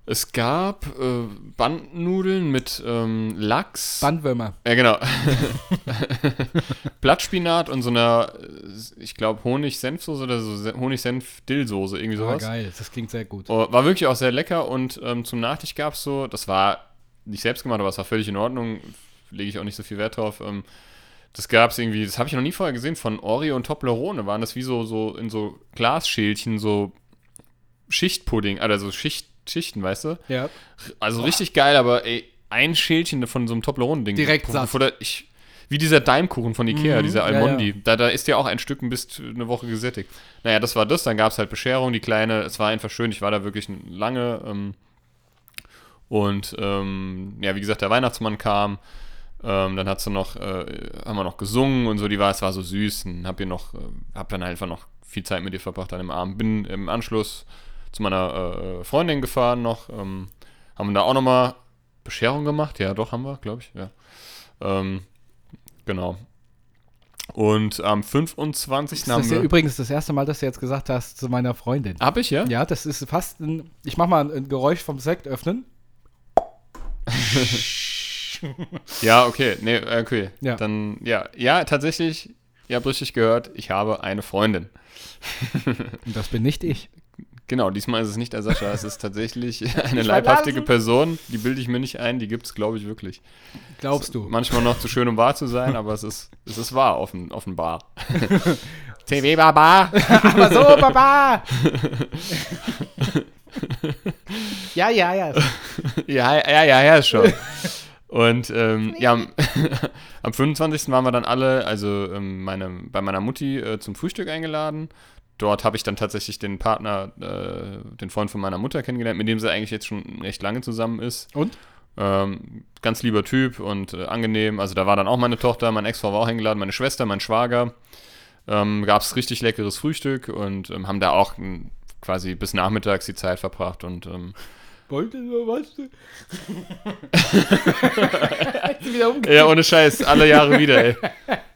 S2: Es gab äh, Bandnudeln mit ähm, Lachs.
S3: Bandwürmer.
S2: Ja, genau. Blattspinat und so einer, äh, ich glaube, Honig-Senfsoße oder so Se- Honig-Senf-Dillsoße, irgendwie
S3: War
S2: sowas.
S3: Ah, geil, das klingt sehr gut.
S2: Oh, war wirklich auch sehr lecker und ähm, zum Nachtisch gab es so, das war nicht selbst gemacht, aber es war völlig in Ordnung, lege ich auch nicht so viel Wert drauf. Ähm, das gab es irgendwie, das habe ich noch nie vorher gesehen, von Oreo und Toblerone waren das wie so, so in so Glasschälchen, so Schichtpudding, also so Schicht, Schichten, weißt du?
S3: Ja.
S2: Also richtig geil, aber ey, ein Schälchen von so einem Toblerone-Ding.
S3: Direkt
S2: Wo-
S3: satt.
S2: wo da- ich, Wie dieser Daimkuchen von Ikea,
S3: Mhm,
S2: dieser
S3: ja, ja.
S2: Almondi. Da, da ist ja auch ein Stück und bist eine Woche gesättigt. Naja, das war das. Dann gab es halt Bescherung, die kleine. Es war einfach schön. Ich war da wirklich lange. Ähm, und ähm, ja, wie gesagt, der Weihnachtsmann kam. Ähm, dann hat sie noch, äh, haben wir noch gesungen und so, die war, es war so süß. Und hab ihr noch, äh, hab dann einfach noch viel Zeit mit ihr verbracht an dem Abend. Bin im Anschluss zu meiner äh, Freundin gefahren noch. Ähm, haben da auch nochmal Bescherung gemacht. Ja, doch, haben wir, glaube ich. Ja. Ähm, genau. Und am 25.
S3: Das
S2: haben
S3: ist ja
S2: wir. Ah.
S3: übrigens das erste Mal, dass du jetzt gesagt hast zu meiner Freundin.
S2: Hab ich, ja?
S3: Ja, das ist fast ein. Ich mach mal ein, ein Geräusch vom Sekt öffnen.
S2: Ja, okay. Nee, äh, okay.
S3: Ja.
S2: Dann, ja. Ja, tatsächlich, ihr habt richtig gehört, ich habe eine Freundin.
S3: Und das bin nicht ich.
S2: Genau, diesmal ist es nicht der Sascha, es ist tatsächlich eine
S3: Ich
S2: leibhaftige
S3: verlassen.
S2: Person. Die bilde ich mir nicht ein, die gibt es, glaube ich, wirklich.
S3: Glaubst du?
S2: Manchmal noch zu schön, um wahr zu sein, aber es ist, es ist wahr, offen, offenbar. TV Baba!
S3: Aber so, Baba! ja, ja, ja.
S2: Ja, ja, ja, ja, schon. Und ähm, ja, am, am 25. waren wir dann alle, also ähm, meine, bei meiner Mutti äh, zum Frühstück eingeladen. Dort habe ich dann tatsächlich den Partner, äh, den Freund von meiner Mutter kennengelernt, mit dem sie eigentlich jetzt schon recht lange zusammen ist.
S3: Und?
S2: Ähm, ganz lieber Typ und äh, angenehm. Also da war dann auch meine Tochter, mein Ex-Frau war auch eingeladen, meine Schwester, mein Schwager. Ähm, Gab es richtig leckeres Frühstück und ähm, haben da auch ähm, quasi bis nachmittags die Zeit verbracht und ähm,
S3: Wollte nur was? Jetzt wieder umgekehrt.
S2: Ja, ohne Scheiß, alle Jahre wieder, ey.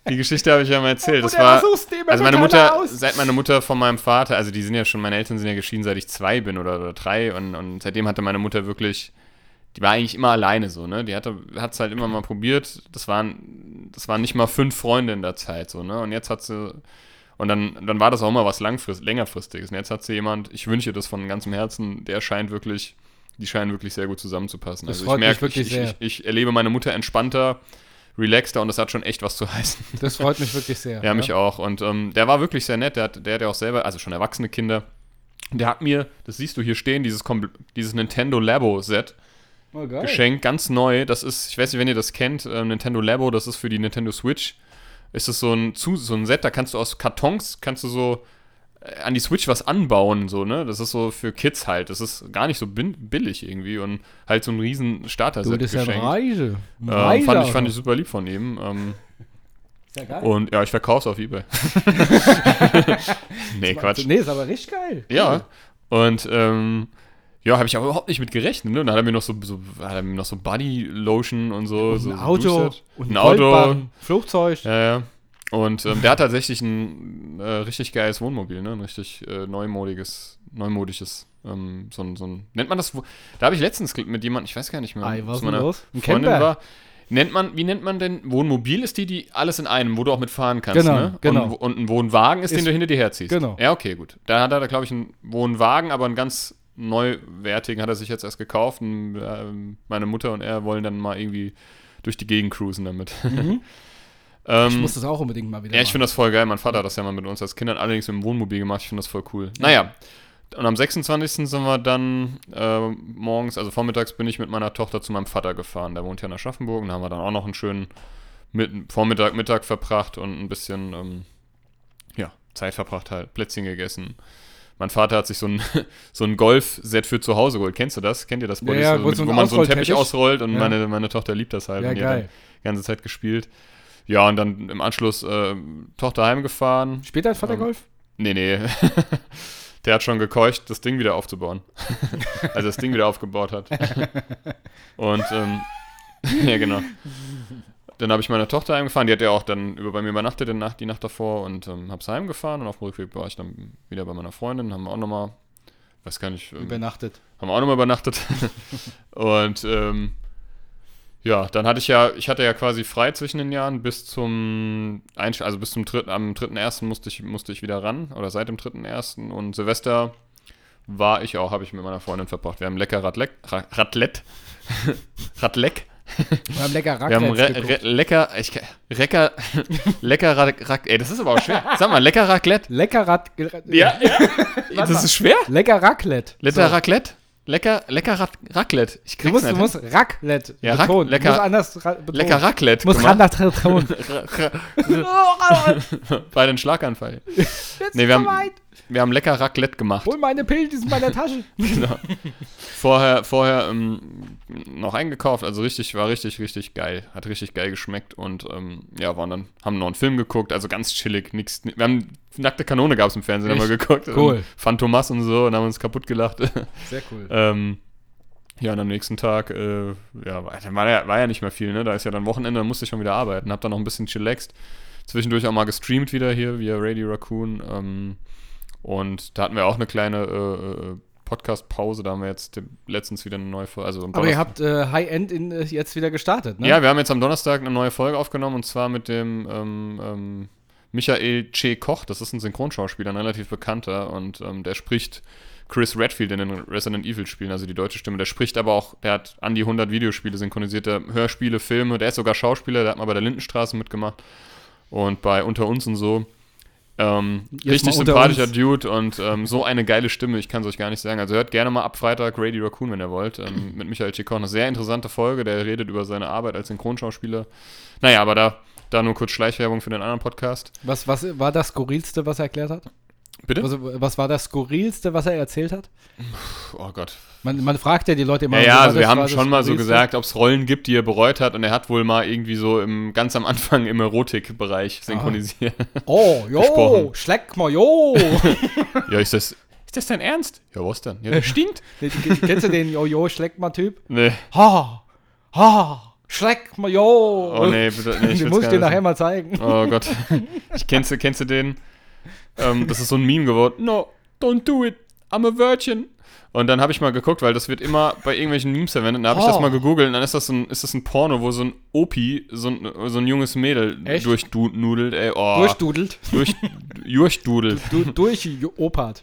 S2: Die Geschichte habe ich ja mal erzählt. Das
S3: Bruder,
S2: war,
S3: was suchst du immer
S2: also meine
S3: mit
S2: Mutter,
S3: einer aus?
S2: seit meine Mutter von meinem Vater, also die sind ja schon, meine Eltern sind ja geschieden, seit ich zwei bin oder, oder drei und, und seitdem hatte meine Mutter wirklich, die war eigentlich immer alleine so, ne? Die hatte, hat es halt immer mal probiert, das waren, das waren nicht mal fünf Freunde in der Zeit so, ne? Und jetzt hat sie, und dann, dann war das auch mal was langfrist, längerfristiges. Und jetzt hat sie jemand, ich wünsche ihr das von ganzem Herzen, der scheint wirklich, die scheinen wirklich sehr gut zusammenzupassen.
S3: Das
S2: also
S3: freut
S2: ich
S3: mich
S2: merke,
S3: wirklich
S2: ich,
S3: sehr.
S2: ich, ich, ich erlebe meine Mutter entspannter, relaxter und das hat schon echt was zu heißen.
S3: Das freut mich wirklich sehr.
S2: Ja, mich auch. Und ähm, der war wirklich sehr nett. Der hat, der hat ja auch selber, also schon erwachsene Kinder. Und Der hat mir, das siehst du hier stehen, dieses, Kompl- dieses Nintendo Labo Set
S3: Oh, geil.
S2: geschenkt, ganz neu. Das ist, ich weiß nicht, wenn ihr das kennt, äh, Nintendo Labo, das ist für die Nintendo Switch. Ist das so ein, zu, so ein Set, da kannst du aus Kartons, kannst du so äh, an die Switch was anbauen, so, ne? Das ist so für Kids halt. Das ist gar nicht so bin, billig irgendwie und halt so ein riesen
S3: Du,
S2: Starter-Set
S3: das ist ja ein
S2: geschenkt.
S3: Reise. Ein
S2: ähm, fand, ich,
S3: Reiser.
S2: fand ich super lieb von ihm. Ähm,
S3: Ist ja geil.
S2: und ja, ich verkauf's auf Ebay. nee, Quatsch.
S3: Nee, ist aber richtig geil.
S2: Ja. Und ähm, ja, habe ich auch überhaupt nicht mit gerechnet. Ne? Und dann hat er mir noch so, so, hat er mir noch so Body Lotion und so. so
S3: Ein Auto,
S2: Duschset.
S3: und
S2: ein Auto.
S3: Goldbarren, Flugzeug.
S2: Ja, ja. Und ähm, der hat tatsächlich ein äh, richtig geiles Wohnmobil, ne? Ein richtig äh, neumodiges, neumodisches. Ähm, so ein, so ein, nennt man das? Wo- Da habe ich letztens gel- mit jemandem, ich weiß gar nicht mehr,
S3: Ei, was
S2: zu
S3: denn
S2: meiner
S3: los? Ein
S2: Freundin
S3: Camper?
S2: war. Nennt man, wie nennt man denn Wohnmobil? Ist die, die alles in einem, wo du auch mitfahren kannst,
S3: Genau,
S2: ne?
S3: genau.
S2: Und, und ein Wohnwagen ist, den
S3: Ist-
S2: du hinter dir herziehst.
S3: genau.
S2: Ja, okay, gut. Da hat er, glaube ich, einen Wohnwagen, aber einen ganz neuwertigen hat er sich jetzt erst gekauft. Und, ähm, meine Mutter und er wollen dann mal irgendwie durch die Gegend cruisen damit. ähm,
S3: Mhm. Ich muss das auch unbedingt mal wieder
S2: ja, ich
S3: machen.
S2: finde das voll geil. Mein Vater hat das ja mal mit uns als Kindern allerdings im Wohnmobil gemacht. Ich finde das voll cool. Naja, und am 26. sind wir dann äh, morgens, also vormittags bin ich mit meiner Tochter zu meinem Vater gefahren. Der wohnt ja in Aschaffenburg und da haben wir dann auch noch einen schönen Mit Vormittag, Mittag verbracht und ein bisschen ähm, ja, Zeit verbracht halt, Plätzchen gegessen. Mein Vater hat sich so ein, so ein Golf-Set für zu Hause geholt. Kennst du das? Kennt ihr das?
S3: Ja,
S2: Boris?
S3: ja,
S2: Also
S3: wo
S2: mit-
S3: so ein
S2: wo man so einen Teppich
S3: Ausrollteppich.
S2: ausrollt und
S3: Ja.
S2: meine, meine Tochter liebt das halt.
S3: Ja,
S2: und die
S3: geil.
S2: Hat dann die ganze Zeit gespielt. Ja, und dann im Anschluss äh, Tochter heimgefahren.
S3: Später hat Vater
S2: Ähm,
S3: Golf?
S2: Nee, nee. Der hat schon gekeucht, das Ding wieder aufzubauen. also das Ding wieder aufgebaut hat. Und, ähm, ja, genau. Dann habe ich meine Tochter heimgefahren. Die hat ja auch dann über bei mir übernachtet die Nacht, die Nacht davor und ähm, habe sie heimgefahren. Und auf dem Rückweg war ich dann wieder bei meiner Freundin. Haben wir auch nochmal, weiß gar nicht, ähm,
S3: Übernachtet.
S2: haben wir auch nochmal übernachtet. und ähm, ja, dann hatte ich ja, ich hatte ja quasi frei zwischen den Jahren bis zum Einsch also bis zum dritten, am 3.1. musste ich, musste ich wieder ran oder seit dem 3.1. und Silvester war ich auch, habe ich mit meiner Freundin verbracht. Wir haben lecker Radleck, Ra- Radlett, Radleck,
S3: Wir haben lecker
S2: wir haben
S3: Raclette
S2: re
S3: geguckt.
S2: re lecker, ich, kann- lecker, lecker Rad, Rad, ey, das ist aber auch schwer. Sag mal, lecker Raclette.
S3: lecker Rad
S2: Ja, das ist schwer.
S3: Lecker Raclette.
S2: Lecker
S3: So.
S2: Raclette? Lecker, lecker Rac Raclette. Ich
S3: Du
S2: krieg's
S3: musst,
S2: nicht.
S3: du musst Raclette
S2: Ja, Rac-
S3: betonen.
S2: lecker-
S3: du musst anders ra- betonen.
S2: lecker Raclette.
S3: Du musst ran
S2: gemacht.
S3: nach Oh, betonen.
S2: Bei den Schlaganfall.
S3: Jetzt
S2: Nee, wir
S3: ist
S2: haben-
S3: soweit.
S2: Wir haben lecker Raclette gemacht.
S3: oh, Hol meine Pillen, die sind in meiner Tasche.
S2: Genau. Vorher, vorher ähm, noch eingekauft. Also richtig, war richtig, richtig geil. Hat richtig geil geschmeckt und ähm, ja, waren dann, haben noch einen Film geguckt. Also ganz chillig. Nix, wir haben nackte Kanone gab's im Fernsehen, haben wir
S3: Echt?
S2: geguckt.
S3: Cool.
S2: Und Phantomas und so und haben uns kaputt gelacht.
S3: Sehr cool.
S2: Ähm, ja, und am nächsten Tag, äh, ja, war, dann war, ja, war ja nicht mehr viel, ne? Da ist ja dann Wochenende, dann musste ich schon wieder arbeiten. Hab dann noch ein bisschen chillaxt. Zwischendurch auch mal gestreamt wieder hier via Radio Raccoon. Ähm, und da hatten wir auch eine kleine äh, äh, Podcast-Pause. Da haben wir jetzt dem- letztens wieder eine neue Folge. Also am
S3: Aber ihr
S2: Donnerstag-
S3: habt äh, High-End in, äh, jetzt wieder gestartet, ne?
S2: Ja, wir haben jetzt am Donnerstag eine neue Folge aufgenommen und zwar mit dem ähm, ähm, Michael C. Koch. Das ist ein Synchronschauspieler, ein relativ bekannter und ähm, der spricht Chris Redfield in den Resident Evil Spielen, also die deutsche Stimme. Der spricht aber auch, der hat an die 100 Videospiele synchronisiert, der Hörspiele, Filme. Der ist sogar Schauspieler, der hat mal bei der Lindenstraße mitgemacht und bei Unter uns und so. Ähm,
S3: mal
S2: richtig
S3: Unter
S2: sympathischer
S3: uns.
S2: Dude und ähm, so eine geile Stimme, ich kann es euch gar nicht sagen. Also hört gerne mal ab Freitag Grady Raccoon, wenn ihr wollt, ähm, mit Michael Chikon. Eine sehr interessante Folge, der redet über seine Arbeit als Synchronschauspieler. Naja, aber da, da nur kurz Schleichwerbung für den anderen Podcast.
S3: Was, was war das Skurrilste, was er erklärt hat?
S2: Bitte?
S3: Also, was war das Skurrilste, was er erzählt hat?
S2: oh Gott.
S3: Man, man fragt ja die Leute immer.
S2: Ja, ja, also
S3: was war
S2: wir
S3: das- war
S2: haben
S3: das
S2: schon mal so
S3: Skurrilste?
S2: gesagt, ob es Rollen gibt, die er bereut hat und er hat wohl mal irgendwie so im, ganz am Anfang im
S3: Ah.
S2: Erotikbereich synchronisiert.
S3: Oh, jo,
S2: gesprochen.
S3: schleck mal, jo.
S2: ja, ist das, ist das dein Ernst? Ja, was denn?
S3: Äh,
S2: Ja, das stinkt.
S3: Nee, die- Kennst du den Jojo, schleck mal Typ?
S2: Nee.
S3: Ha, ha, schleck mal, jo.
S2: Oh nee, bitte. Nee,
S3: ich
S2: will's
S3: muss
S2: gar nicht
S3: ich dir nachher
S2: wissen.
S3: mal zeigen.
S2: Oh Gott. Ich kennst, du- kennst du den? Ähm, das ist so ein Meme geworden. No, don't do it. I'm a virgin. Und dann habe ich mal geguckt, weil das wird immer bei irgendwelchen Memes verwendet. Dann habe ich
S3: Oh.
S2: das mal gegoogelt und dann ist das ein, ist das ein Porno, wo so ein Opi, so ein, so ein junges Mädel
S3: Echt?
S2: durchnudelt. Ey, oh.
S3: Durchdudelt.
S2: Durch, durchdudelt.
S3: Du, durchopert.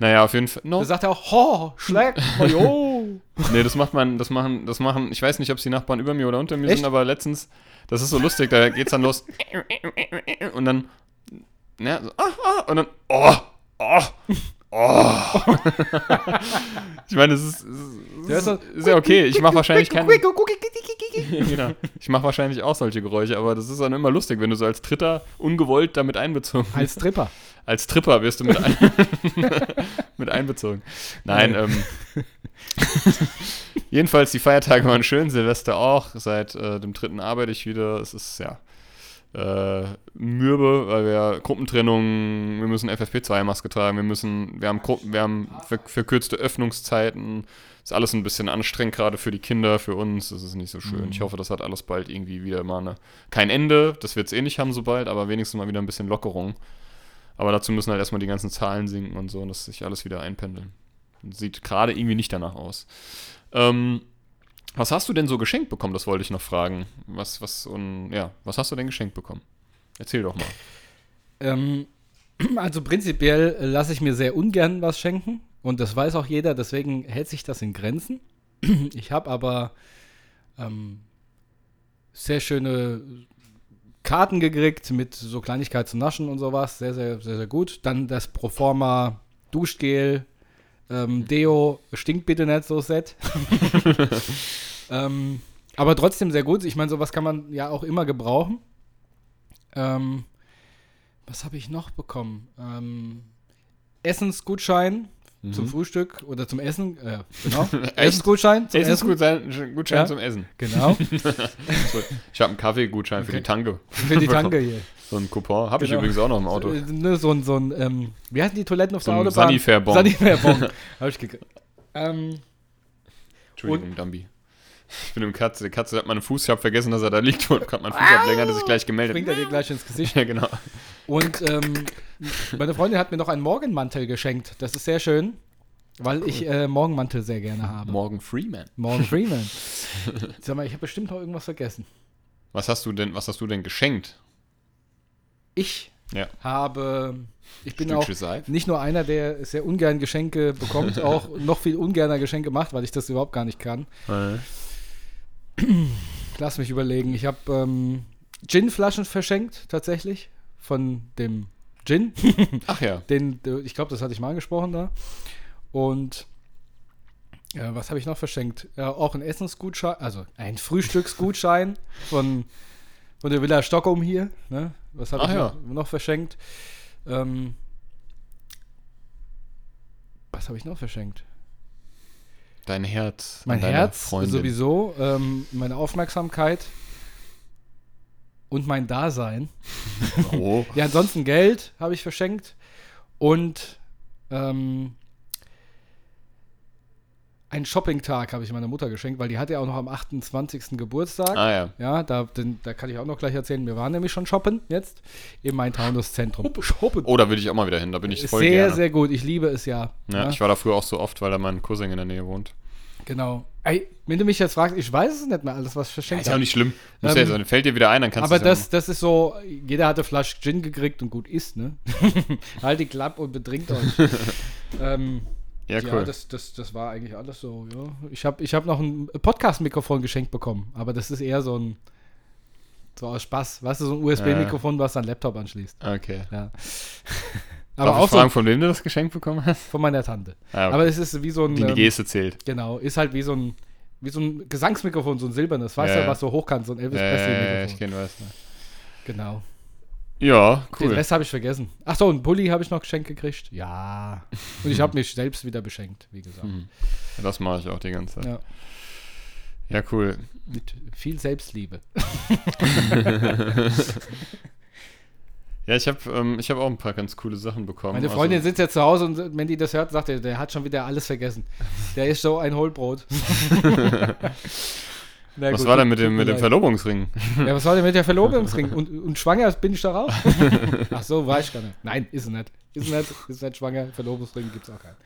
S2: Naja, auf jeden Fall. No,
S3: Da sagt er auch, ho, schleck mal, jo.
S2: Nee, das macht man, das machen, das machen, ich weiß nicht, ob es die Nachbarn über mir oder unter mir
S3: Echt?
S2: sind, aber letztens, das ist so lustig, da geht's dann los und dann, ne, so, ah, ah, und dann, oh, oh, oh. ich meine, es ist,
S3: Der
S2: es
S3: ist
S2: ist,
S3: so-
S2: ist ja okay, ich mache wahrscheinlich keinen,
S3: Wie
S2: genau, ich mache wahrscheinlich auch solche Geräusche, aber das ist dann immer lustig, wenn du so als Dritter ungewollt damit einbezogen
S3: Als Tripper.
S2: als Tripper wirst du mit, ein mit einbezogen. Nein, ähm. Jedenfalls, die Feiertage waren schön, Silvester auch. Seit äh, dem dritten arbeite ich wieder. Es ist, ja, äh, mürbe, weil wir Gruppentrennung, wir müssen FFP2-Maske tragen, wir müssen, wir haben Gruppen, wir haben ver verkürzte Öffnungszeiten. Ist alles ein bisschen anstrengend, gerade für die Kinder, für uns. Das ist nicht so schön. Ich hoffe, das hat alles bald irgendwie wieder mal eine, kein Ende. Das wird es eh nicht haben so bald, aber wenigstens mal wieder ein bisschen Lockerung. Aber dazu müssen halt erstmal die ganzen Zahlen sinken und so, und dass sich alles wieder einpendeln. Sieht gerade irgendwie nicht danach aus. Ähm, Was hast du denn so geschenkt bekommen? Das wollte ich noch fragen. Was, was, und, ja, was hast du denn geschenkt bekommen? Erzähl doch mal.
S3: Ähm, also prinzipiell lasse ich mir sehr ungern was schenken und das weiß auch jeder, deswegen hält sich das in Grenzen. Ich habe aber ähm, sehr schöne Karten gekriegt mit so Kleinigkeit zum Naschen und sowas. Sehr, sehr, sehr, sehr gut. Dann das Proforma Duschgel, ähm, Deo, stinkt bitte nicht so Set. ähm, aber trotzdem sehr gut. Ich meine, sowas kann man ja auch immer gebrauchen. Ähm, was habe ich noch bekommen? Ähm, Essensgutschein zum Frühstück oder zum Essen. Äh, genau. Essensgutschein zum Essen.
S2: Essensgutschein Gutschein
S3: Ja.
S2: zum Essen.
S3: Genau.
S2: So, Ich habe einen Kaffeegutschein für
S3: Okay.
S2: die Tanke.
S3: Für die Tanke hier.
S2: So einen Coupon. Habe ich
S3: Genau.
S2: übrigens auch noch im Auto.
S3: So, ne, so ein, so ein ähm, wie heißen die Toiletten auf
S2: So
S3: der
S2: ein
S3: Autobahn?
S2: Sanifair-Bon.
S3: Sanifair-Bon. Hab ich gekriegt. Ähm,
S2: Entschuldigung, Dambi. Ich bin im Katze. Die Katze hat meinen Fuß. Ich habe vergessen, dass er da liegt und hat meinen Fuß ablängert, dass ich gleich
S3: bringt
S2: gemeldet
S3: er dir gleich ins Gesicht.
S2: Ja, genau.
S3: Und ähm, meine Freundin hat mir noch einen Morgenmantel geschenkt. Das ist sehr schön, weil ich äh, Morgenmantel sehr gerne habe.
S2: Morgan Freeman.
S3: Morgan Freeman. Sag mal, ich habe bestimmt noch irgendwas vergessen.
S2: Was hast du denn, was hast du denn geschenkt?
S3: Ich
S2: Ja.
S3: habe, ich bin auch
S2: Stückchen Seife?
S3: nicht nur einer, der sehr ungern Geschenke bekommt, auch noch viel ungerner Geschenke macht, weil ich das überhaupt gar nicht kann.
S2: Äh.
S3: Lass mich überlegen. Ich habe ähm, Gin-Flaschen verschenkt, tatsächlich, von dem Gin.
S2: Ach ja.
S3: Den, äh, ich glaube, das hatte ich mal angesprochen da. Und äh, was habe ich noch verschenkt? Ja, auch ein Essensgutschein, also ein Frühstücksgutschein von, von der Villa Stockholm hier. Ne? Was habe
S2: Ach
S3: ich
S2: ja.
S3: noch, noch verschenkt? Ähm, was habe ich noch verschenkt?
S2: Dein Herz. an
S3: Mein
S2: deine
S3: Herz
S2: Freundin.
S3: sowieso, ähm, meine Aufmerksamkeit und mein Dasein.
S2: Oh.
S3: Ja, ansonsten Geld habe ich verschenkt und ähm, einen Shopping-Tag habe ich meiner Mutter geschenkt, weil die hat ja auch noch am 28. Geburtstag.
S2: Ah ja.
S3: Ja, da, den, da kann ich auch noch gleich erzählen. Wir waren nämlich schon shoppen jetzt im Main-Taunus-Zentrum. Shoppen.
S2: Oh, da will ich auch mal wieder hin. Da bin ich
S3: Ist
S2: voll
S3: sehr,
S2: gerne.
S3: sehr gut. Ich liebe es ja. Ne?
S2: ja, ich war da früher auch so oft, weil da mein Cousin in der Nähe wohnt.
S3: genau. Ey, wenn du mich jetzt fragst, ich weiß es nicht mehr alles, was ich verschenkt
S2: Ist ja auch
S3: habe.
S2: nicht schlimm. Muss
S3: Ähm,
S2: ja sein. Fällt dir wieder ein, dann kannst du
S3: Aber das, das ist so, jeder hatte Flasch Gin gekriegt und gut isst, ne? halt die Klappe und betrinkt euch. ähm,
S2: Ja,
S3: Ja,
S2: cool.
S3: das, das, das war eigentlich alles so, ja. Ich habe ich hab noch ein Podcast-Mikrofon geschenkt bekommen, aber das ist eher so ein, so aus Spaß, weißt du, so ein USB-Mikrofon, was an Laptop anschließt.
S2: okay.
S3: Ja.
S2: Aber
S3: aber
S2: Darf
S3: auch
S2: ich fragen,
S3: so
S2: von wem du das Geschenk bekommen hast?
S3: von meiner Tante.
S2: Ah, okay.
S3: Aber es ist wie so ein,
S2: Die, die
S3: ähm,
S2: Geste zählt.
S3: genau, ist halt wie so ein, wie so ein Gesangsmikrofon, so ein silbernes, weißt
S2: Ja,
S3: du,
S2: ja.
S3: was so hoch kann, so ein Elvis
S2: Äh, ich
S3: Presley-Mikrofon.
S2: kenne was.
S3: Genau.
S2: Ja,
S3: Den
S2: cool.
S3: Rest habe ich vergessen. Ach so, einen Pulli habe ich noch geschenkt gekriegt. Ja. Und ich habe mich selbst wieder beschenkt, wie gesagt.
S2: Hm. Das mache ich auch die ganze Zeit.
S3: Ja.
S2: Ja, cool.
S3: Mit viel Selbstliebe.
S2: Ja, ich habe ähm, ich hab auch ein paar ganz coole Sachen bekommen. Also,
S3: Meine Freundin sitzt jetzt zu Hause und wenn die das hört, sagt er, der hat schon wieder alles vergessen. Der ist so ein Hohlbrot. Na
S2: was
S3: gut,
S2: war
S3: tut-
S2: denn mit dem, mit
S3: tut mir
S2: dem
S3: leid.
S2: Verlobungsring?
S3: Ja, was war denn mit der Verlobungsring? Und, und schwanger bin ich da raus? Ach so, war ich gar nicht. Nein, ist sie nicht. Ist sie nicht, ist sie nicht schwanger. Verlobungsring gibt es auch keinen.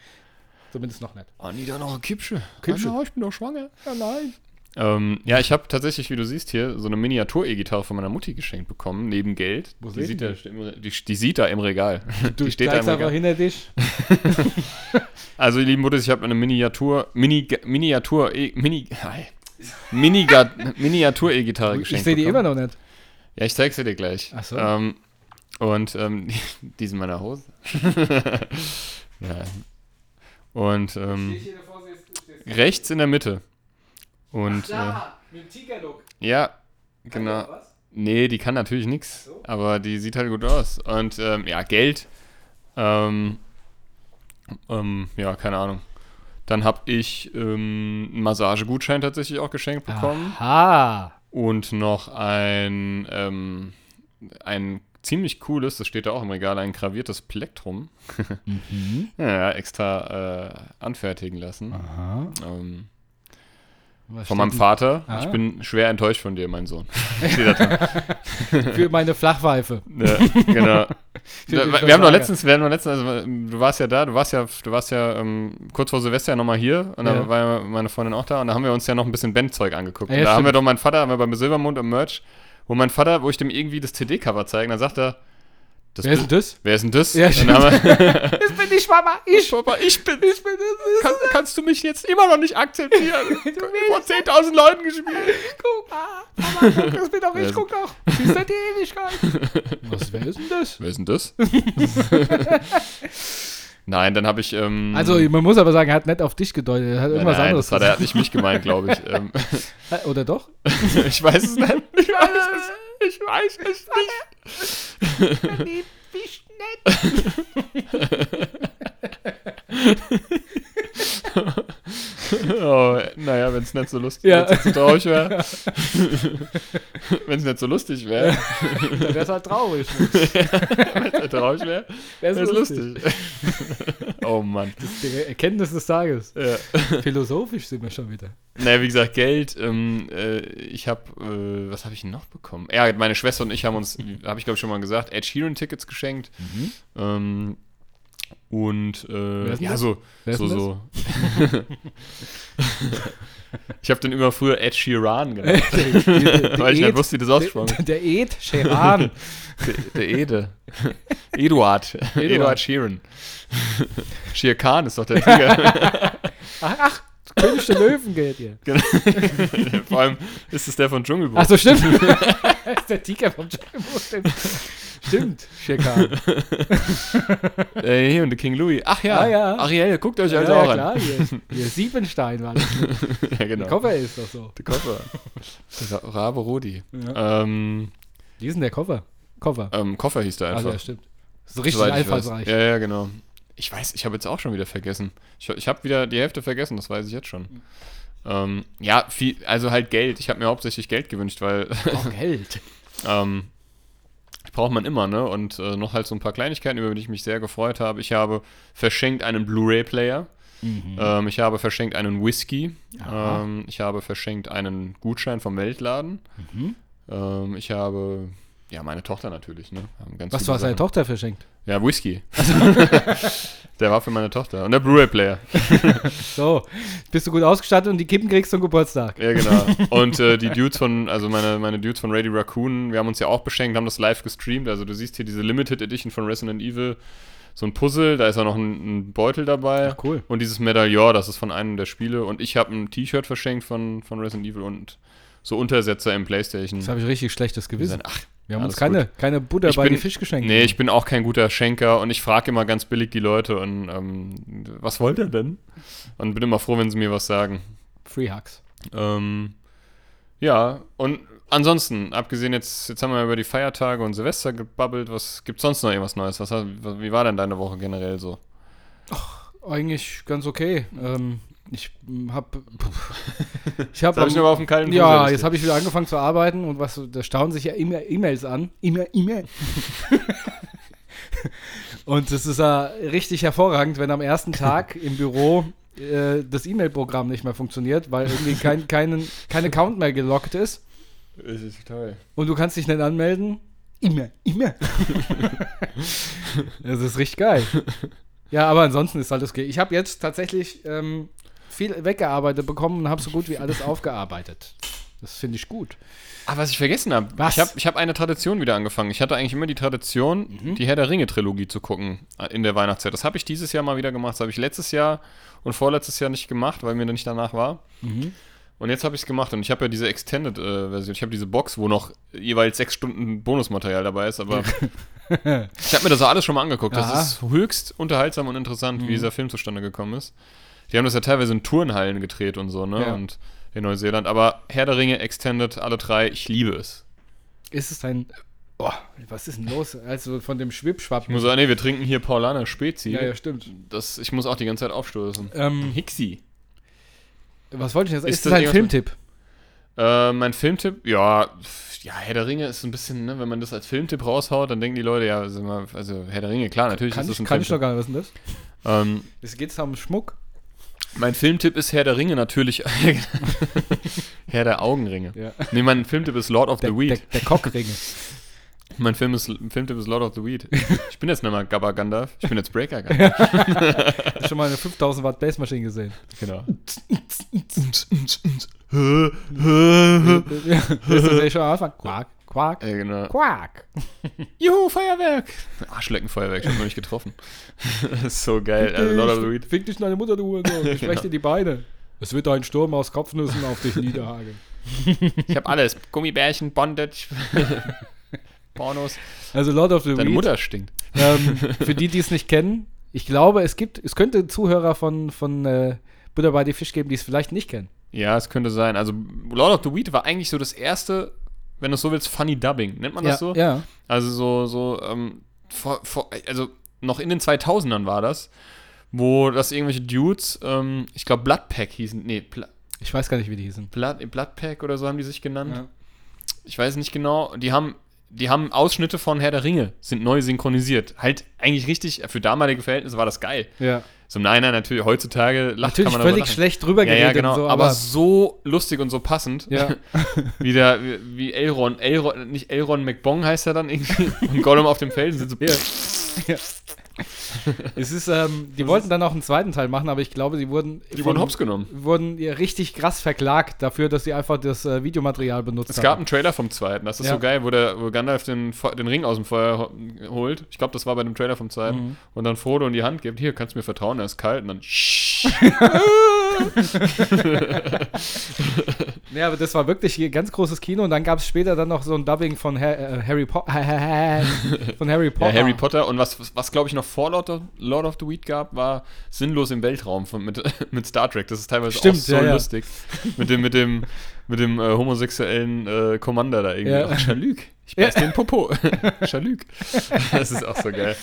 S3: Zumindest noch nicht.
S2: Anita, noch eine Kippsche.
S3: Kippsche?
S2: ich bin doch schwanger. Ja, nein. Ähm, ja, ich habe tatsächlich, wie du siehst, hier so eine Miniatur-E-Gitarre von meiner Mutti geschenkt bekommen, neben Geld.
S3: Wo
S2: die,
S3: seht
S2: sieht
S3: ihr
S2: da, im Re- die, die sieht da im Regal. die steht da im
S3: zeigst einfach
S2: Regal.
S3: hinter dich.
S2: Also, liebe Mutter, ich habe eine Miniatur, Mini, Miniatur, e, Mini, ei. Miniga- Miniatur-E-Gitarre geschenkt.
S3: Ich sehe die
S2: bekommen.
S3: immer noch nicht.
S2: Ja, ich zeig's dir gleich.
S3: Ach so.
S2: Ähm, und ähm, die ist in meiner Hose. Nein. Und ähm, rechts in der Mitte. Und
S3: mit dem Tigerlook.
S2: äh, ja, genau. Nee, die kann natürlich nichts,
S3: Also, So?
S2: aber die sieht halt gut aus. Und ähm, ja, Geld. Ähm, ähm, ja, keine Ahnung. Dann habe ich ähm, einen Massagegutschein tatsächlich auch geschenkt bekommen
S3: Aha.
S2: und noch ein, ähm, ein ziemlich cooles, das steht da auch im Regal, ein graviertes Plektrum.
S3: Ah.
S2: ja, extra äh, anfertigen lassen.
S3: Aha.
S2: Ähm,
S3: Was
S2: Von meinem
S3: steht
S2: Vater.
S3: Ah.
S2: Ich bin schwer enttäuscht von dir, mein Sohn. Steht da drin.
S3: denn Für meine Flachpfeife.
S2: ja, genau.
S3: den
S2: Da, wir,
S3: Versager.
S2: haben doch letztens, wir haben doch letztens, also, du warst ja da, du warst ja, du warst ja ähm, kurz vor Silvester ja nochmal hier und
S3: Ja. Ah,
S2: da war ja meine Freundin auch da und da haben wir uns ja noch ein bisschen Bandzeug angeguckt.
S3: Ja,
S2: und da haben
S3: stimmt.
S2: wir doch meinen Vater, haben wir beim Silbermond im Merch, wo mein Vater, wo ich dem irgendwie das CD-Cover zeige, und dann sagt er, das
S3: Wer ist denn das?
S2: Wer ist denn das?
S3: Ja,
S2: Und dann haben wir,
S3: Das bin ich, Mama. Ich.
S2: Papa, ich bin,
S3: Ich bin das.
S2: kann, kannst du mich jetzt immer noch nicht akzeptieren? vor 10.000 Leuten gespielt.
S3: Guck mal. Mama, guck, das bin doch
S2: Wer ist-
S3: ich. Guck doch. Bis seit die Ewigkeit. Was, wer ist denn das?
S2: Wer ist denn das? Nein, dann habe ich. Ähm,
S3: Also, man muss aber sagen, er hat nicht auf dich gedeutet. Er hat
S2: nein,
S3: irgendwas
S2: nein,
S3: anderes
S2: das war, der hat nicht mich gemeint, glaube ich. Ähm,
S3: gesagt. Oder doch?
S2: ich weiß es nicht. Ich weiß es, ich weiß es nicht.
S3: Nee, wie schnell.
S2: Oh, naja, wenn es nicht so lustig
S3: Ja.
S2: wenn's nicht so traurig wäre. wenn es nicht so lustig wäre,
S3: Dann wär's halt traurig.
S2: traurig wäre,
S3: Wär's
S2: wäre es lustig. oh Mann.
S3: Die Erkenntnis des Tages.
S2: Ja.
S3: Philosophisch sind wir schon wieder.
S2: Naja, wie gesagt, Geld. Ähm, äh, ich habe, äh, was habe ich denn noch bekommen? Ja, meine Schwester und ich haben uns, habe ich glaube ich schon mal gesagt, Ed Sheeran-Tickets geschenkt. Ähm, und
S3: Mhm. Wer
S2: äh,
S3: ist denn
S2: ja,
S3: das?
S2: so,
S3: Wer ist
S2: so,
S3: denn
S2: so. ich habe den immer früher Ed Sheeran genannt, weil ich nicht wusste, wie das aussprach.
S3: Der, der Ed Sheeran.
S2: Der, der Ede. Eduard. Eduard. Sheeran. Shere Khan ist doch der Tiger.
S3: Ach, ach König der Löwen geht ihr.
S2: Vor allem ist es der von Dschungelbuch.
S3: Ach so, stimmt. Das ist der Tiger vom Dschungelbuch. Stimmt. Stimmt, Sheeran.
S2: Äh, hier und der King Louis. Ach ja,
S3: Ah, ja.
S2: Ariel, guckt euch also
S3: ja,
S2: auch
S3: ja,
S2: an.
S3: klar, hier, hier Siebenstein war das.
S2: Ja, genau.
S3: Der Koffer ist doch so.
S2: Der Koffer. Ra Rabe Rudi.
S3: Ja.
S2: Ähm,
S3: Die sind der Koffer. Koffer.
S2: ähm, Koffer hieß der
S3: Also,
S2: einfach.
S3: ja, stimmt. So richtig
S2: soweit ich
S3: einfallsreich.
S2: weiß. Ja, ja, genau. Ich weiß, ich habe jetzt auch schon wieder vergessen. Ich, ich habe wieder die Hälfte vergessen, das weiß ich jetzt
S3: Mhm.
S2: schon. Ähm, ja, viel, also halt Geld. Ich habe mir hauptsächlich Geld gewünscht, weil
S3: Oh, Geld.
S2: ähm, braucht man immer, ne? Und äh, noch halt so ein paar Kleinigkeiten, über die ich mich sehr gefreut habe. Ich habe verschenkt einen Blu-ray-Player. Ähm, ich habe verschenkt einen Whisky.
S3: Mhm. Aha.
S2: Ähm, ich habe verschenkt einen Gutschein vom Weltladen.
S3: Mhm.
S2: Ähm, ich habe, ja, meine Tochter natürlich, ne? Haben ganz
S3: Was
S2: viele
S3: war seine
S2: Sachen.
S3: Tochter verschenkt?
S2: Ja, Whisky. der war für meine Tochter. Und der Blu-ray-Player.
S3: So, bist du gut ausgestattet und die Kippen kriegst du zum Geburtstag.
S2: Ja, genau. Und äh, die Dudes von, also meine, meine Dudes von Radio Raccoon, wir haben uns ja auch beschenkt, haben das live gestreamt. Also du siehst hier diese Limited Edition von Resident Evil, so ein Puzzle, da ist auch noch ein, ein Beutel dabei.
S3: Ach, cool.
S2: Und dieses Medaillon, das ist von einem der Spiele. Und ich habe ein T-Shirt verschenkt von, von Resident Evil und so Untersetzer im Playstation.
S3: Jetzt habe ich richtig schlechtes Gewissen.
S2: Ach,
S3: Wir haben
S2: alles
S3: uns keine, keine Butter
S2: Ich
S3: bei
S2: bin-
S3: den Fisch geschenkt.
S2: Nee, ich bin auch kein guter Schenker und ich frage immer ganz billig die Leute und ähm, was wollt ihr denn? Und bin immer froh, wenn sie mir was sagen.
S3: Free Hugs.
S2: Ähm, ja, und ansonsten, abgesehen jetzt, jetzt haben wir über die Feiertage und Silvester gebabbelt, was gibt's sonst noch irgendwas Neues? Was, hat- wie war denn deine Woche generell so?
S3: Eigentlich ganz okay. Ähm, ich ähm, habe. Ich habe.
S2: Jetzt hab ich nur auf dem kalten
S3: ja,
S2: Fuß
S3: jetzt habe ich wieder angefangen zu arbeiten und was, da staunen sich ja immer E-Mails an. Immer E-Mail. und es ist ja richtig hervorragend, wenn am ersten Tag im Büro äh, das E-Mail-Programm nicht mehr funktioniert, weil irgendwie kein, keinen, kein Account mehr gelockt ist
S2: Es ist toll.
S3: und du kannst dich nicht anmelden. Immer, immer. das ist richtig geil. Ja, aber ansonsten ist alles okay. Ich habe jetzt tatsächlich ähm, viel weggearbeitet bekommen und habe so gut wie alles aufgearbeitet. Das finde ich gut.
S2: Ah, was ich vergessen habe.
S3: Was?
S2: Ich habe ich hab eine Tradition wieder angefangen. Ich hatte eigentlich immer die Tradition, die Herr der Ringe-Trilogie zu gucken äh, in der Weihnachtszeit. Das habe ich dieses Jahr mal wieder gemacht. Das habe ich letztes Jahr und vorletztes Jahr nicht gemacht, weil mir da nicht danach war. Und jetzt habe ich es gemacht und ich habe ja diese Extended-Version. ich habe diese Box, wo noch jeweils sechs Stunden Bonusmaterial dabei ist. Aber ich habe mir das alles schon mal angeguckt.
S3: Aha. Mhm.
S2: Das ist höchst unterhaltsam und interessant, wie dieser Film zustande gekommen ist. Die haben das ja teilweise in Turnhallen gedreht und so, ne?
S3: Ja.
S2: Und in Neuseeland. Aber Herr der Ringe, Extended, alle drei, ich liebe es.
S3: Ist es ein. Oh, was ist denn los? Also von dem Schwibschwapp.
S2: Ich muss sagen, nee, wir trinken hier Paulaner Spezi.
S3: Ja, ja, stimmt.
S2: Das, ich muss auch die ganze Zeit aufstoßen.
S3: Ähm,
S2: Hixi.
S3: was wollte ich jetzt?
S2: Ist
S3: Ist, ist es
S2: das
S3: ein
S2: irgendwas-
S3: Filmtipp?
S2: Äh, mein Filmtipp, ja, pf, ja, Herr der Ringe ist ein bisschen, ne, wenn man das als Filmtipp raushaut, dann denken die Leute, ja, sind wir, also Herr der Ringe, klar, natürlich
S3: Kann
S2: ist das
S3: ich,
S2: ein
S3: kann ich noch
S2: Filmtipp.
S3: gar nicht. Was ist denn das?
S2: Ähm,
S3: Es geht um Schmuck.
S2: Mein Filmtipp ist Herr der Ringe natürlich. Herr der Augenringe.
S3: Ja.
S2: Nee, mein Filmtipp ist Lord of
S3: Der,
S2: the
S3: der,
S2: Weed.
S3: der Cockringe.
S2: Mein Film ist, Filmtipp ist Lord of the Weed. Ich bin jetzt nicht mehr Gabba Gandalf, ich bin jetzt Breaker Gandalf.
S3: Hast du schon mal eine 5000 Watt Bassmaschine gesehen.
S2: genau.
S3: Ja, das ist ja schon am Anfang. Quark, Quark,
S2: Äh, genau.
S3: Quark.
S2: Juhu, Feuerwerk! Arschleckenfeuerwerk, ich hab noch nicht getroffen. so geil, also Lord of the Weed.
S3: Fick dich in deine Mutter, du Hurensohn. Ich breche dir die Beine. Es wird ein Sturm aus Kopfnüssen auf dich niederhageln.
S2: Ich hab alles. Gummibärchen, Bondage, Pornos.
S3: Also Lord of the
S2: Deine
S3: Weed.
S2: Mutter stinkt.
S3: Ähm, für die, die es nicht kennen, ich glaube, es gibt, es könnte Zuhörer von, von äh, Buddha bei die Fisch geben, die es vielleicht nicht kennen.
S2: Ja, es könnte sein. Also Lord of the Weed war eigentlich so das erste, wenn du es so willst, Funny Dubbing. Nennt man das so?
S3: ja.
S2: Also so, so, ähm, vor, vor, also noch in den 2000ern war das, wo das irgendwelche Dudes, ähm, ich glaube Bloodpack hießen, nee, Pla
S3: Ich weiß gar nicht, wie die hießen.
S2: Blood, Bloodpack oder so haben die sich genannt. Ich weiß nicht genau, die haben, die haben Ausschnitte von Herr der Ringe, sind neu synchronisiert. Halt eigentlich richtig, für damalige Verhältnisse war das geil.
S3: ja.
S2: So, nein, nein, natürlich, heutzutage lacht
S3: Natürlich
S2: kann man darüber
S3: völlig
S2: lachen.
S3: schlecht drüber
S2: Ja,
S3: geredet.
S2: ja, genau.
S3: und so,
S2: aber, so lustig und so passend.
S3: ja.
S2: wie der, wie, wie Elron, Elron, nicht Elron McBong heißt er dann irgendwie. Und Gollum auf dem Felsen sind so.
S3: Ja. Ja. es ist, ähm, die wollten dann auch einen zweiten Teil machen, aber ich glaube, sie wurden,
S2: Die wurden hops genommen.
S3: wurden ja richtig krass verklagt dafür, dass sie einfach das äh, Videomaterial benutzt
S2: Es gab
S3: haben.
S2: einen Trailer vom zweiten, das ist
S3: Ja.
S2: so geil, wo, der, wo Gandalf den, Fe- den Ring aus dem Feuer ho- holt. Ich glaube, das war bei dem Trailer vom zweiten.
S3: Mhm.
S2: Und dann Frodo in die Hand gibt: Hier, kannst du mir vertrauen, er ist kalt. Und dann.
S3: Ja, aber das war wirklich ein ganz großes Kino und dann gab es später dann noch so ein Dubbing von Ha- äh, Harry Potter. von Harry
S2: Ja,
S3: Potter.
S2: Harry Potter. Und was, was, was glaube ich, noch vor Lord of, Lord of the Weed gab, war sinnlos im Weltraum von, mit, mit Star Trek. Das ist teilweise
S3: Stimmt,
S2: auch so
S3: ja, ja.
S2: lustig. Mit dem, mit dem, mit dem äh, homosexuellen äh, Commander da irgendwie.
S3: Ja.
S2: Ja. Schalük. Ich beiß den Popo. Schalük. Das ist auch so geil.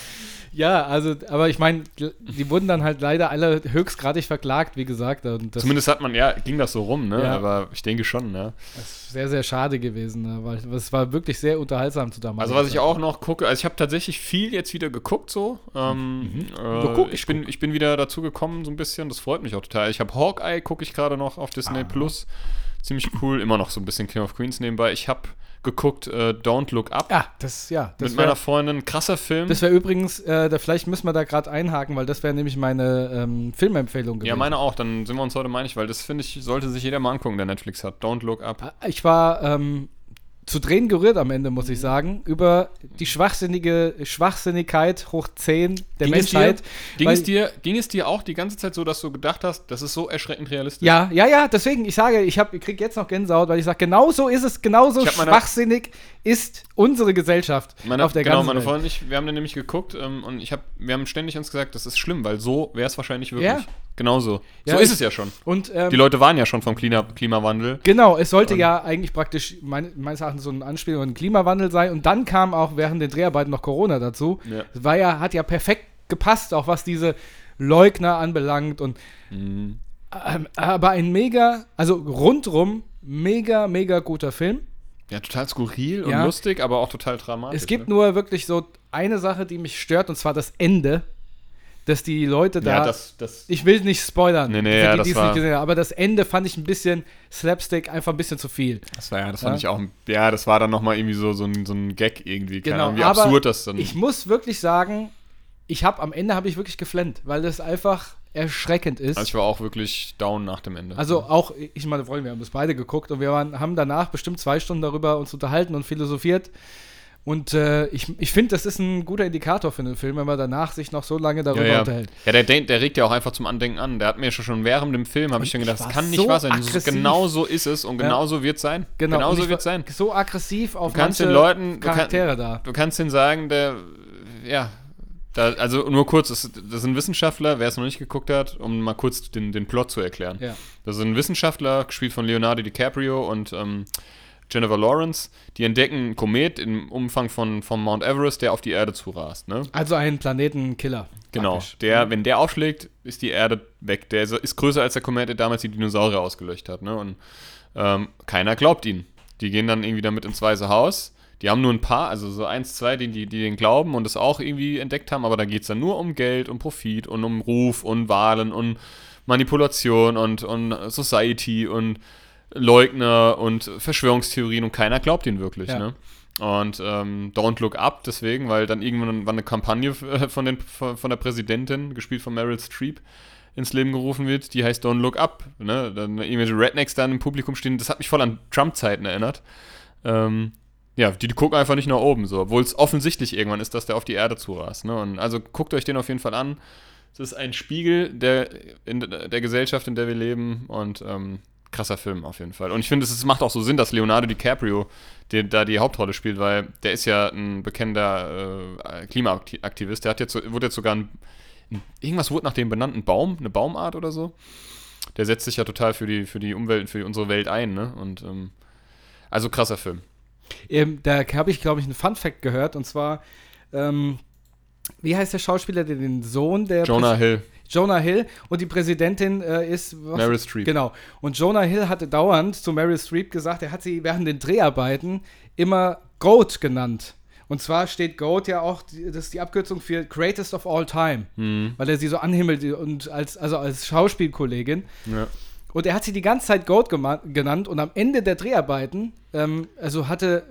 S3: Ja, also, aber ich meine, die wurden dann halt leider alle höchstgradig verklagt, wie gesagt. Und das
S2: Zumindest hat man, ja, ging das so rum, ne?
S3: Ja.
S2: Aber ich denke schon, ne? ja.
S3: ist sehr, sehr schade gewesen, ne? weil es war wirklich sehr unterhaltsam zu damals.
S2: Also was ich auch noch gucke, also ich habe tatsächlich viel jetzt wieder geguckt so. Ähm, äh,
S3: guck, Mhm. ich
S2: ich, bin, ich bin wieder dazu gekommen so ein bisschen, das freut mich auch total. Ich habe Hawkeye, gucke ich gerade noch auf Disney
S3: Ah.
S2: Plus. Ziemlich cool, immer noch so ein bisschen King of Queens nebenbei. Ich habe geguckt äh, Don't Look Up
S3: Ja, das, ja, das
S2: mit
S3: wär-
S2: meiner Freundin, krasser Film.
S3: Das wäre übrigens, äh, da, vielleicht müssen wir da gerade einhaken, weil das wäre nämlich meine ähm, Filmempfehlung gewesen.
S2: Ja, meine auch, dann sind wir uns heute einig, weil das finde ich, sollte sich jeder mal angucken, der Netflix hat. Don't Look Up.
S3: Ich war ähm, zu Tränen gerührt am Ende,
S2: Mhm.
S3: muss ich sagen, über die schwachsinnige Schwachsinnigkeit hoch 10 der
S2: Ging es dir-
S3: Menschheit.
S2: Ging
S3: weil-
S2: es, dir, ging es dir auch die ganze Zeit so, dass du gedacht hast, das ist so erschreckend realistisch?
S3: Ja, ja, ja, deswegen, ich sage, ich, hab- ich kriege jetzt noch Gänsehaut, weil ich sage, genau so ist es, genauso
S2: Ich hab meine-
S3: schwachsinnig ist unsere Gesellschaft
S2: Meine,
S3: auf der
S2: genau,
S3: ganzen
S2: meine
S3: Welt.
S2: Freundin und ich, wir haben dann nämlich geguckt ähm, und ich hab, wir haben ständig uns gesagt, das ist schlimm, weil so wäre es wahrscheinlich wirklich.
S3: Ja.
S2: Genau so.
S3: Ja,
S2: so ist
S3: ich-
S2: es ja schon.
S3: Und ähm,
S2: Die Leute waren ja schon vom Klima Klimawandel.
S3: Genau, es sollte ja eigentlich praktisch mein, meines Erachtens so ein Anspiel und ein Klimawandel sein. Und dann kam auch während den Dreharbeiten noch Corona dazu.
S2: Ja.
S3: Es War ja, hat ja perfekt gepasst, auch was diese Leugner anbelangt. Und
S2: Mhm.
S3: ähm, aber ein mega, also rundrum mega, mega guter Film.
S2: Ja, total skurril
S3: Ja.
S2: und lustig, aber auch total dramatisch.
S3: es gibt
S2: ne?
S3: nur wirklich so eine Sache, die mich stört, und zwar das Ende, dass die Leute da.
S2: Ja, das, das
S3: ich will nicht spoilern,
S2: Nee, nee,
S3: für
S2: ja,
S3: die,
S2: das
S3: die es
S2: war-
S3: nicht gesehen haben, aber das Ende fand ich ein bisschen Slapstick, einfach ein bisschen zu viel.
S2: Das war ja, das
S3: Ja.
S2: fand ich auch. ein- Ja, das war dann nochmal irgendwie so, so, ein, so ein Gag irgendwie. Keine
S3: Genau,
S2: Ahnung, wie
S3: aber
S2: absurd das dann
S3: Ich muss wirklich sagen, ich habe am Ende habe ich wirklich geflennt, weil das einfach erschreckend ist.
S2: Also ich war auch wirklich down nach dem Ende.
S3: Also auch, ich meine, Freunde, wir haben das beide geguckt und wir waren, haben danach bestimmt zwei Stunden darüber uns unterhalten und philosophiert. Und äh, ich, ich finde, das ist ein guter Indikator für einen Film, wenn man danach sich noch so lange
S2: ja,
S3: darüber
S2: ja.
S3: unterhält.
S2: ja der, denk- der regt ja auch einfach zum Andenken an. Der hat mir schon, schon während dem Film, habe ich schon gedacht,
S3: ich
S2: das
S3: war
S2: kann nicht
S3: so
S2: wahr sein.
S3: aggressiv.
S2: So, genau so ist es und genau so wird es sein.
S3: Genau,
S2: genau
S3: und
S2: so
S3: ich
S2: wird es
S3: war
S2: sein.
S3: So aggressiv auf
S2: Du kannst
S3: manche
S2: den Leuten- du kann-
S3: Charaktere da.
S2: Du kannst denen sagen, der, ja, da, also nur kurz, das, das sind Wissenschaftler, wer es noch nicht geguckt hat, um mal kurz den, den Plot zu erklären.
S3: Ja.
S2: Das sind Wissenschaftler, gespielt von Leonardo DiCaprio und ähm, Jennifer Lawrence, die entdecken einen Komet im Umfang von, von Mount Everest, der auf die Erde zurast. Ne?
S3: Also einen Planetenkiller.
S2: Genau.
S3: praktisch.
S2: Der, wenn der aufschlägt, ist die Erde weg. Der so- ist größer als der Komet, der damals die Dinosaurier ausgelöscht hat. Ne? Und ähm, keiner glaubt ihnen. Die gehen dann irgendwie damit ins Weiße Haus. Die haben nur ein paar, also so eins, zwei, die, die, die den glauben und das auch irgendwie entdeckt haben, aber da geht es dann nur um Geld und Profit und um Ruf und um Wahlen und Manipulation und, und Society und Leugner und Verschwörungstheorien und keiner glaubt ihn wirklich.
S3: Ja.
S2: Ne? Und ähm, Don't Look Up deswegen, weil dann irgendwann war eine Kampagne äh, von, den, von von der Präsidentin, gespielt von Meryl Streep, ins Leben gerufen wird, die heißt Don't Look Up. Ne? Dann irgendwelche Rednecks da im Publikum stehen, das hat mich voll an Trump-Zeiten erinnert. Ähm, ja, die, die gucken einfach nicht nach oben, so, obwohl es offensichtlich irgendwann ist, dass der auf die Erde zurast. Ne? Und also guckt euch den auf jeden Fall an. Es ist ein Spiegel der, in, der Gesellschaft, in der wir leben und ähm, krasser Film auf jeden Fall. Und ich finde, es ist- macht auch so Sinn, dass Leonardo DiCaprio den, da die Hauptrolle spielt, weil der ist ja ein bekennender äh, Klimaaktivist. Der hat jetzt, so- wurde jetzt sogar ein, ein, irgendwas wurde nach dem benannt, ein Baum, eine Baumart oder so. Der setzt sich ja total für die, für die Umwelt und für unsere Welt ein, ne? Und ähm, also krasser Film.
S3: Ähm, da habe ich, glaube ich, einen Fun-Fact gehört und zwar, ähm, wie heißt der Schauspieler, der den Sohn der.
S2: Jonah Hill,
S3: Jonah Hill und die Präsidentin äh, ist. was-
S2: Meryl Streep.
S3: Genau. Und Jonah Hill hatte dauernd zu Meryl Streep gesagt, er hat sie während den Dreharbeiten immer Goat genannt. Und zwar steht Goat ja auch, die- das ist die Abkürzung für Greatest of All Time,
S2: Mhm.
S3: weil er sie so anhimmelt und als, also als Schauspielkollegin.
S2: Ja.
S3: Und er hat sie die ganze Zeit Goat gema- genannt und am Ende der Dreharbeiten, ähm, also hatte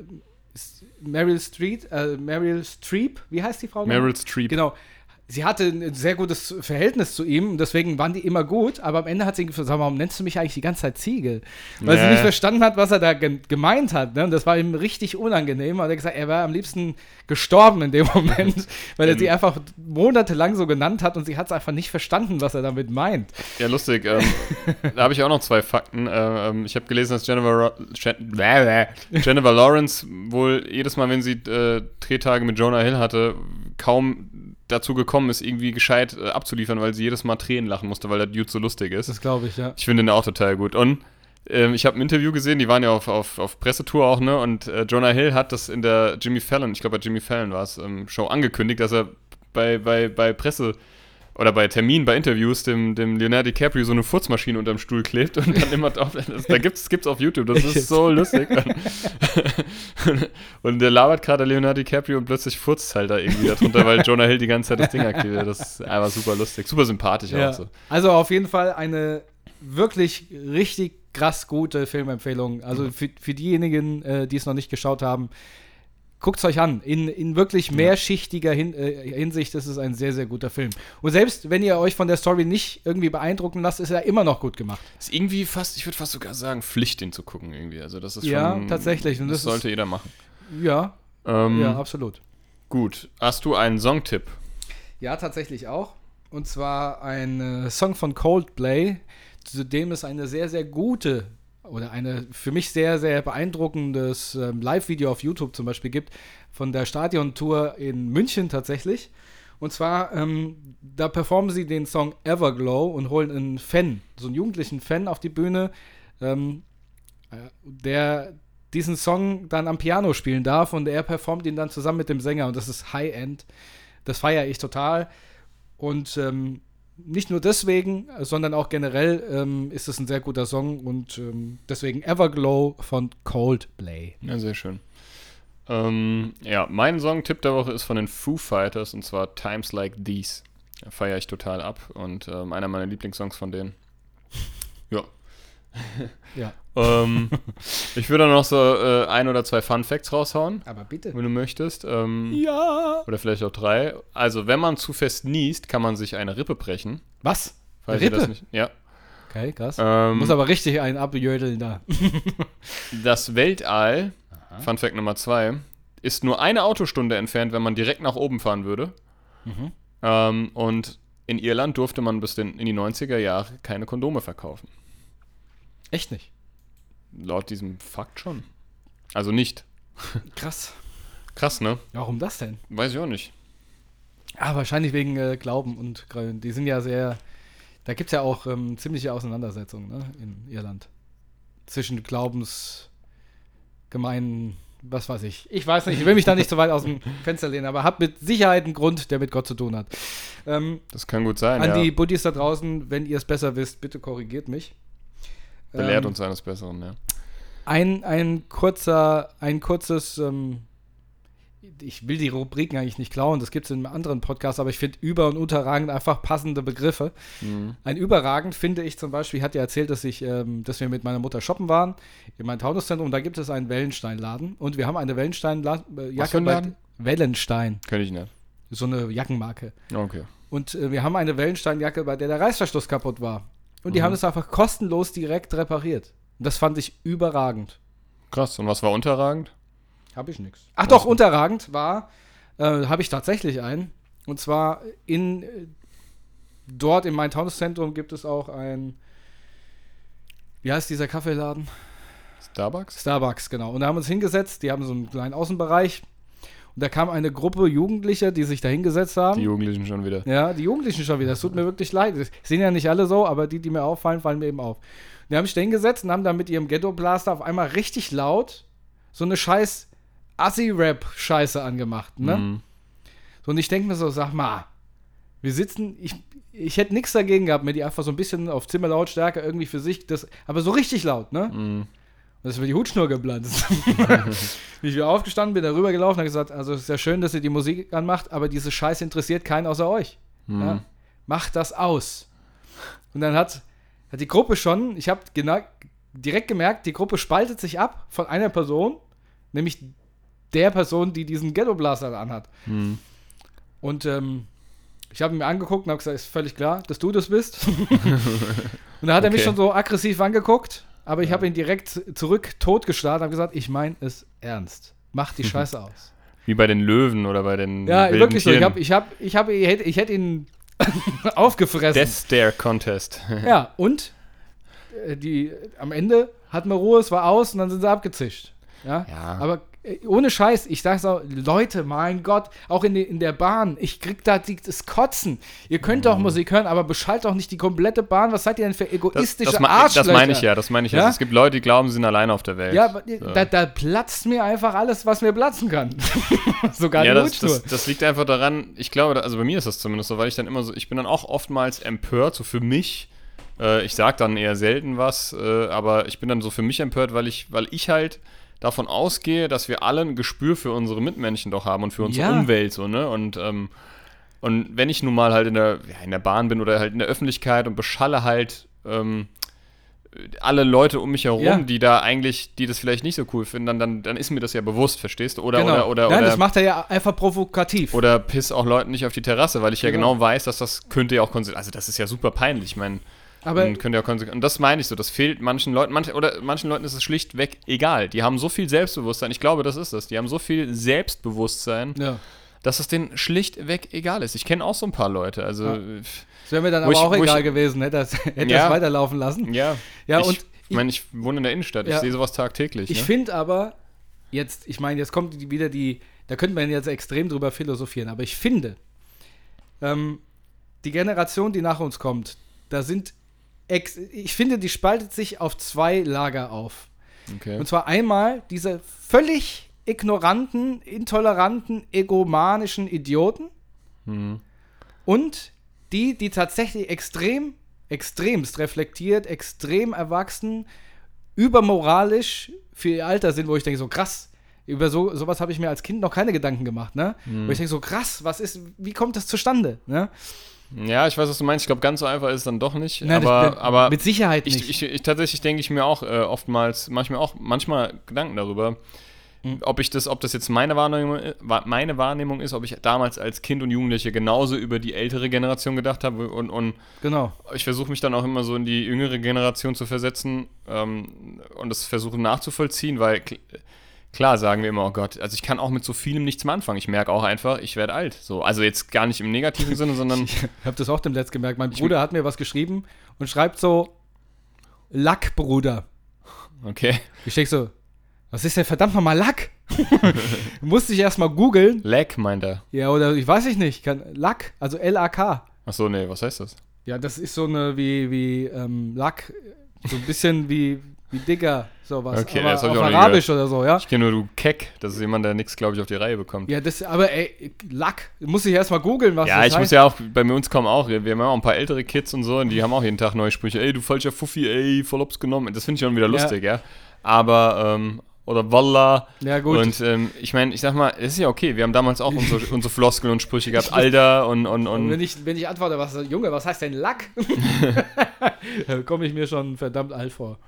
S3: S- Meryl Streep, äh, Meryl Streep, wie heißt die Frau? noch?
S2: Meryl Streep.
S3: Genau. Sie hatte ein sehr gutes Verhältnis zu ihm und deswegen waren die immer gut, aber am Ende hat sie gefragt, sag mal, warum nennst du mich eigentlich die ganze Zeit Ziegel? Weil sie
S2: Nee.
S3: nicht verstanden hat, was er da ge gemeint hat. Ne? Und das war ihm richtig unangenehm. Und er hat gesagt, er wäre am liebsten gestorben in dem Moment, weil er
S2: Ähm.
S3: sie einfach monatelang so genannt hat und sie hat es einfach nicht verstanden, was er damit meint.
S2: Ja, lustig. Ähm, da habe ich auch noch zwei Fakten. Ähm, ich habe gelesen, dass Jennifer, Ro- Jen- bläh, bläh. Jennifer Lawrence wohl jedes Mal, wenn sie äh, Drehtage mit Jonah Hill hatte, kaum dazu gekommen ist, irgendwie gescheit äh, abzuliefern, weil sie jedes Mal Tränen lachen musste, weil der Dude so lustig ist.
S3: Das glaube ich, ja.
S2: Ich finde den auch total gut. Und ähm, ich habe ein Interview gesehen, die waren ja auf, auf, auf Pressetour auch, ne? Und äh, Jonah Hill hat das in der Jimmy Fallon, ich glaube bei Jimmy Fallon war es, ähm, Show angekündigt, dass er bei, bei, bei Presse oder bei Terminen, bei Interviews dem, dem Leonardo DiCaprio so eine Furzmaschine unterm Stuhl klebt und dann immer drauf, das, da gibt's, gibt's auf YouTube, das
S3: Echt jetzt?
S2: ist so lustig. und der labert gerade Leonardo DiCaprio und plötzlich furzt halt da irgendwie darunter, weil Jonah Hill die ganze Zeit das Ding aktiviert. Das ist einfach super lustig, super sympathisch
S3: Ja.
S2: auch so.
S3: Also auf jeden Fall eine wirklich richtig krass gute Filmempfehlung. Also für, für diejenigen, äh, die es noch nicht geschaut haben, guckt es euch an. In, in wirklich mehrschichtiger Hin äh, Hinsicht ist es ein sehr, sehr guter Film. Und selbst wenn ihr euch von der Story nicht irgendwie beeindrucken lasst, ist er immer noch gut gemacht.
S2: Ist irgendwie fast, ich würde fast sogar sagen, Pflicht, den zu gucken irgendwie. Also das ist
S3: Ja,
S2: schon,
S3: tatsächlich. Und
S2: Das,
S3: das
S2: sollte jeder machen.
S3: Ja,
S2: Ähm,
S3: ja, absolut.
S2: Gut, hast du einen Songtipp?
S3: Ja, tatsächlich auch. Und zwar ein äh, Song von Coldplay, zu dem es eine sehr, sehr gute oder eine für mich sehr, sehr beeindruckendes ähm, Live-Video auf YouTube zum Beispiel gibt, von der Stadion-Tour in München tatsächlich. Und zwar, ähm, da performen sie den Song Everglow und holen einen Fan, so einen jugendlichen Fan auf die Bühne, ähm, äh, der diesen Song dann am Piano spielen darf und er performt ihn dann zusammen mit dem Sänger und das ist High-End. Das feiere ich total. Und ähm, nicht nur deswegen, sondern auch generell ähm, ist es ein sehr guter Song und ähm, deswegen Everglow von Coldplay.
S2: Ja, sehr schön. Ähm, ja, mein Songtipp der Woche ist von den Foo Fighters und zwar Times Like These. Feiere ich total ab und ähm, einer meiner Lieblingssongs von denen. Ja.
S3: Ja,
S2: ähm, ich würde noch so äh, ein oder zwei Fun Facts raushauen,
S3: aber bitte.
S2: wenn du möchtest. Ähm,
S3: Ja.
S2: Oder vielleicht auch drei. Also, wenn man zu fest niest, kann man sich eine Rippe brechen.
S3: Was?
S2: Falls
S3: Rippe?
S2: Ihr das nicht, ja.
S3: Okay, krass.
S2: Ähm,
S3: Muss aber richtig einen abjödeln da.
S2: das Weltall, Fun Fact Nummer zwei, ist nur eine Autostunde entfernt, wenn man direkt nach oben fahren würde.
S3: Mhm.
S2: Ähm, und in Irland durfte man bis den, in die 90er Jahre keine Kondome verkaufen.
S3: Echt nicht.
S2: Laut diesem Fakt schon. Also nicht.
S3: Krass.
S2: Krass, ne?
S3: Warum das denn?
S2: Weiß ich auch nicht.
S3: Ah, wahrscheinlich wegen äh, Glauben und Grün. Die sind ja sehr. Da gibt es ja auch ähm, ziemliche Auseinandersetzungen ne, in Irland. Zwischen Glaubensgemeinden, was weiß ich. Ich weiß nicht, ich will mich da nicht so weit aus dem Fenster lehnen, aber hat mit Sicherheit einen Grund, der mit Gott zu tun hat. Ähm,
S2: Das kann gut sein.
S3: an
S2: ja.
S3: die ähm, Buddhis da draußen, wenn ihr es besser wisst, bitte korrigiert mich.
S2: Belehrt
S3: Ähm,
S2: uns eines Besseren, ja.
S3: Ein, ein kurzer, ein kurzes ähm, ich will die Rubriken eigentlich nicht klauen, das gibt es in einem anderen Podcast, aber ich finde über- und unterragend einfach passende Begriffe.
S2: Mhm.
S3: Ein überragend finde ich zum Beispiel, ich hatte ja erzählt, dass, ich, ähm, dass wir mit meiner Mutter shoppen waren, in meinem Taunuszentrum, da gibt es einen Wellensteinladen und wir haben eine
S2: Was für
S3: Wellenstein-Jacke
S2: ein Laden?
S3: Wellenstein,
S2: Könnte ich nicht.
S3: so eine Jackenmarke.
S2: Okay.
S3: Und äh, wir haben eine Wellensteinjacke, bei der der Reißverschluss kaputt war. Und die
S2: Mhm.
S3: haben es einfach kostenlos direkt repariert. Und das fand ich überragend.
S2: Krass. Und was war unterragend?
S3: Habe ich nichts. Ach doch, unterragend war, äh, habe ich tatsächlich einen. Und zwar in äh, dort im Main-Taunus-Zentrum gibt es auch ein, wie heißt dieser Kaffeeladen?
S2: Starbucks?
S3: Starbucks, genau. Und da haben wir uns hingesetzt, die haben so einen kleinen Außenbereich. Und da kam eine Gruppe Jugendlicher, die sich da hingesetzt haben.
S2: Die Jugendlichen schon wieder.
S3: Ja, die Jugendlichen schon wieder. Das tut mir wirklich leid. Das sind ja nicht alle so, aber die, die mir auffallen, fallen mir eben auf. Und die haben sich da hingesetzt und haben da mit ihrem Ghetto-Blaster auf einmal richtig laut so eine scheiß Assi-Rap-Scheiße angemacht. Ne?
S2: Mhm.
S3: So, und ich denke mir so, sag mal, wir sitzen, ich, ich hätte nichts dagegen gehabt, mir die einfach so ein bisschen auf Zimmerlautstärke irgendwie für sich, das, aber so richtig laut, ne?
S2: Mhm.
S3: Und das ist mir die Hutschnur geplatzt. Wie ich wieder aufgestanden bin, darüber gelaufen und gesagt, also es ist ja schön, dass ihr die Musik anmacht, aber diese Scheiße interessiert keinen außer euch. Ja? Macht das aus. Und dann hat, hat die Gruppe schon, ich habe direkt gemerkt, die Gruppe spaltet sich ab von einer Person, nämlich der Person, die diesen Ghetto-Blaster anhat.
S2: Mhm.
S3: Und ähm, ich habe ihn mir angeguckt und habe gesagt, ist völlig klar, dass du das bist. und dann hat er mich
S2: Okay.
S3: schon so aggressiv angeguckt, aber ich habe ihn direkt zurück totgeschlagen und habe gesagt, ich meine es ernst. Mach die Scheiße aus.
S2: Wie bei den Löwen oder bei den.
S3: ja,
S2: wilden
S3: wirklich so. Ich,
S2: Tieren.
S3: hab, ich, hab, ich, hab, ich, hätte, ich hätte ihn aufgefressen.
S2: Death Stare Contest.
S3: Ja, und äh, die, am Ende hatten wir Ruhe, es war aus und dann sind sie abgezischt. Ja?
S2: Ja.
S3: Aber äh, ohne Scheiß, ich dachte so, Leute, mein Gott, auch in, die- in der Bahn, ich krieg da die, das Kotzen. Ihr könnt doch Musik hören, aber beschallt doch nicht die komplette Bahn. Was seid ihr denn für
S2: Mhm. Das,
S3: egoistische
S2: das, ma-
S3: Arschlöcher?
S2: das meine ich ja, das meine ich ja.
S3: Ja?
S2: Also es gibt Leute, die glauben, sie sind alleine auf der Welt.
S3: Ja, aber, äh,
S2: So.
S3: da, da platzt mir einfach alles, was mir platzen kann. Sogar
S2: ja
S3: die
S2: das,
S3: Hutschnur.
S2: das, das liegt einfach daran, ich glaube, da, also bei mir ist das zumindest so, weil ich dann immer so, ich bin dann auch oftmals empört, so für mich. Äh, ich sag dann eher selten was, äh, aber ich bin dann so für mich empört, weil ich, weil ich halt davon ausgehe, dass wir alle ein Gespür für unsere Mitmenschen doch haben und für unsere
S3: Ja.
S2: Umwelt so, ne? Und, ähm, und wenn ich nun mal halt in der, ja, in der Bahn bin oder halt in der Öffentlichkeit und beschalle halt ähm, alle Leute um mich herum,
S3: Ja.
S2: die da eigentlich, die das vielleicht nicht so cool finden, dann, dann, dann ist mir das ja bewusst, verstehst du? Oder,
S3: genau.
S2: oder, oder,
S3: Nein,
S2: oder
S3: das macht er ja einfach provokativ.
S2: oder piss auch Leuten nicht auf die Terrasse, weil ich ja
S3: Genau.
S2: genau weiß, dass das könnte ja auch konsequent. Also das ist ja super peinlich. Ich meine,
S3: Aber-
S2: und könnte ja konsequent. Und das meine ich so. Das fehlt manchen Leuten, manch, oder manchen Leuten ist es schlichtweg egal. Die haben so viel Selbstbewusstsein. Ich glaube, das ist das. Die haben so viel Selbstbewusstsein,
S3: ja.
S2: dass es denen schlichtweg egal ist. Ich kenne auch so ein paar Leute. Also pff,
S3: Das wäre mir dann
S2: Wo
S3: aber
S2: ich-
S3: auch
S2: wo ich-
S3: egal gewesen, hätte er es hätte
S2: Ja.
S3: das weiterlaufen lassen.
S2: ja.
S3: Ja,
S2: ich,
S3: und-
S2: ich meine, ich wohne in der Innenstadt.
S3: Ja.
S2: Ich sehe sowas tagtäglich.
S3: Ich
S2: ne?
S3: finde aber, jetzt, ich meine, jetzt kommt die- wieder die, da könnte man jetzt extrem drüber philosophieren, aber ich finde, ähm, die Generation, die nach uns kommt, da sind, ex ich finde, die spaltet sich auf zwei Lager auf.
S2: Okay.
S3: Und zwar einmal diese völlig ignoranten, intoleranten, egomanischen Idioten
S2: Mhm.
S3: und die, die tatsächlich extrem, extremst reflektiert, extrem erwachsen, übermoralisch für ihr Alter sind, wo ich denke, so krass, über so, sowas habe ich mir als Kind noch keine Gedanken gemacht, ne?
S2: Hm.
S3: Wo ich denke, so krass, was ist, wie kommt das zustande? Ne?
S2: Ja, ich weiß, was du meinst. Ich glaube, ganz so einfach ist es dann doch nicht.
S3: Nein, das-
S2: aber,
S3: das-
S2: aber
S3: mit Sicherheit nicht.
S2: Ich, ich, ich, tatsächlich denke ich mir auch äh, oftmals, manchmal auch manchmal Gedanken darüber, ob ich das, ob das jetzt meine Wahrnehmung, i- wa- meine Wahrnehmung ist, ob ich damals als Kind und Jugendliche genauso über die ältere Generation gedacht habe und, und
S3: genau.
S2: ich versuche mich dann auch immer so in die jüngere Generation zu versetzen ähm, und das versuchen nachzuvollziehen, weil kl klar sagen wir immer, oh Gott, also ich kann auch mit so vielem nichts mehr anfangen. Ich merke auch einfach, ich werde alt. So, also jetzt gar nicht im negativen Sinne, sondern
S3: Ich habe das auch dem Letzten gemerkt. Mein Bruder hat mir was geschrieben und schreibt so, Lack, Bruder.
S2: okay,
S3: Ich denke so, was ist denn verdammt nochmal Lack? Musste ich erstmal googeln.
S2: Lag meint er.
S3: Ja, oder ich weiß ich nicht. Kann, Lack, also L-A-K.
S2: Ach so, nee, was heißt das?
S3: Ja, das ist so eine wie, wie ähm, Lack, so ein bisschen wie, wie Digger, sowas.
S2: Okay,
S3: aber
S2: das hab ich
S3: auf
S2: auch nie
S3: Arabisch oder so, ja.
S2: Ich kenne nur du Keck, das ist jemand, der nichts, glaube ich, auf die Reihe bekommt. Ja,
S3: Ja, das, aber ey, Lack, muss ich erstmal googeln, was das
S2: ich muss
S3: heißt.
S2: ja auch, bei uns kommen auch, wir haben auch ein paar ältere Kids und so, und die haben auch jeden Tag neue Sprüche, ey, du falscher Fuffi, ey, voll ob's genommen. Das finde ich schon wieder lustig, ja. Aber, ähm, oder Walla.
S3: Ja, gut.
S2: Und ähm, ich meine, ich sag mal, ist ja okay. Wir haben damals auch unsere, unsere Floskeln und Sprüche gehabt. Alter und. und,
S3: Und
S2: und
S3: wenn ich, wenn ich antworte, was, Junge, was heißt denn Lack? komme ich mir schon verdammt alt vor.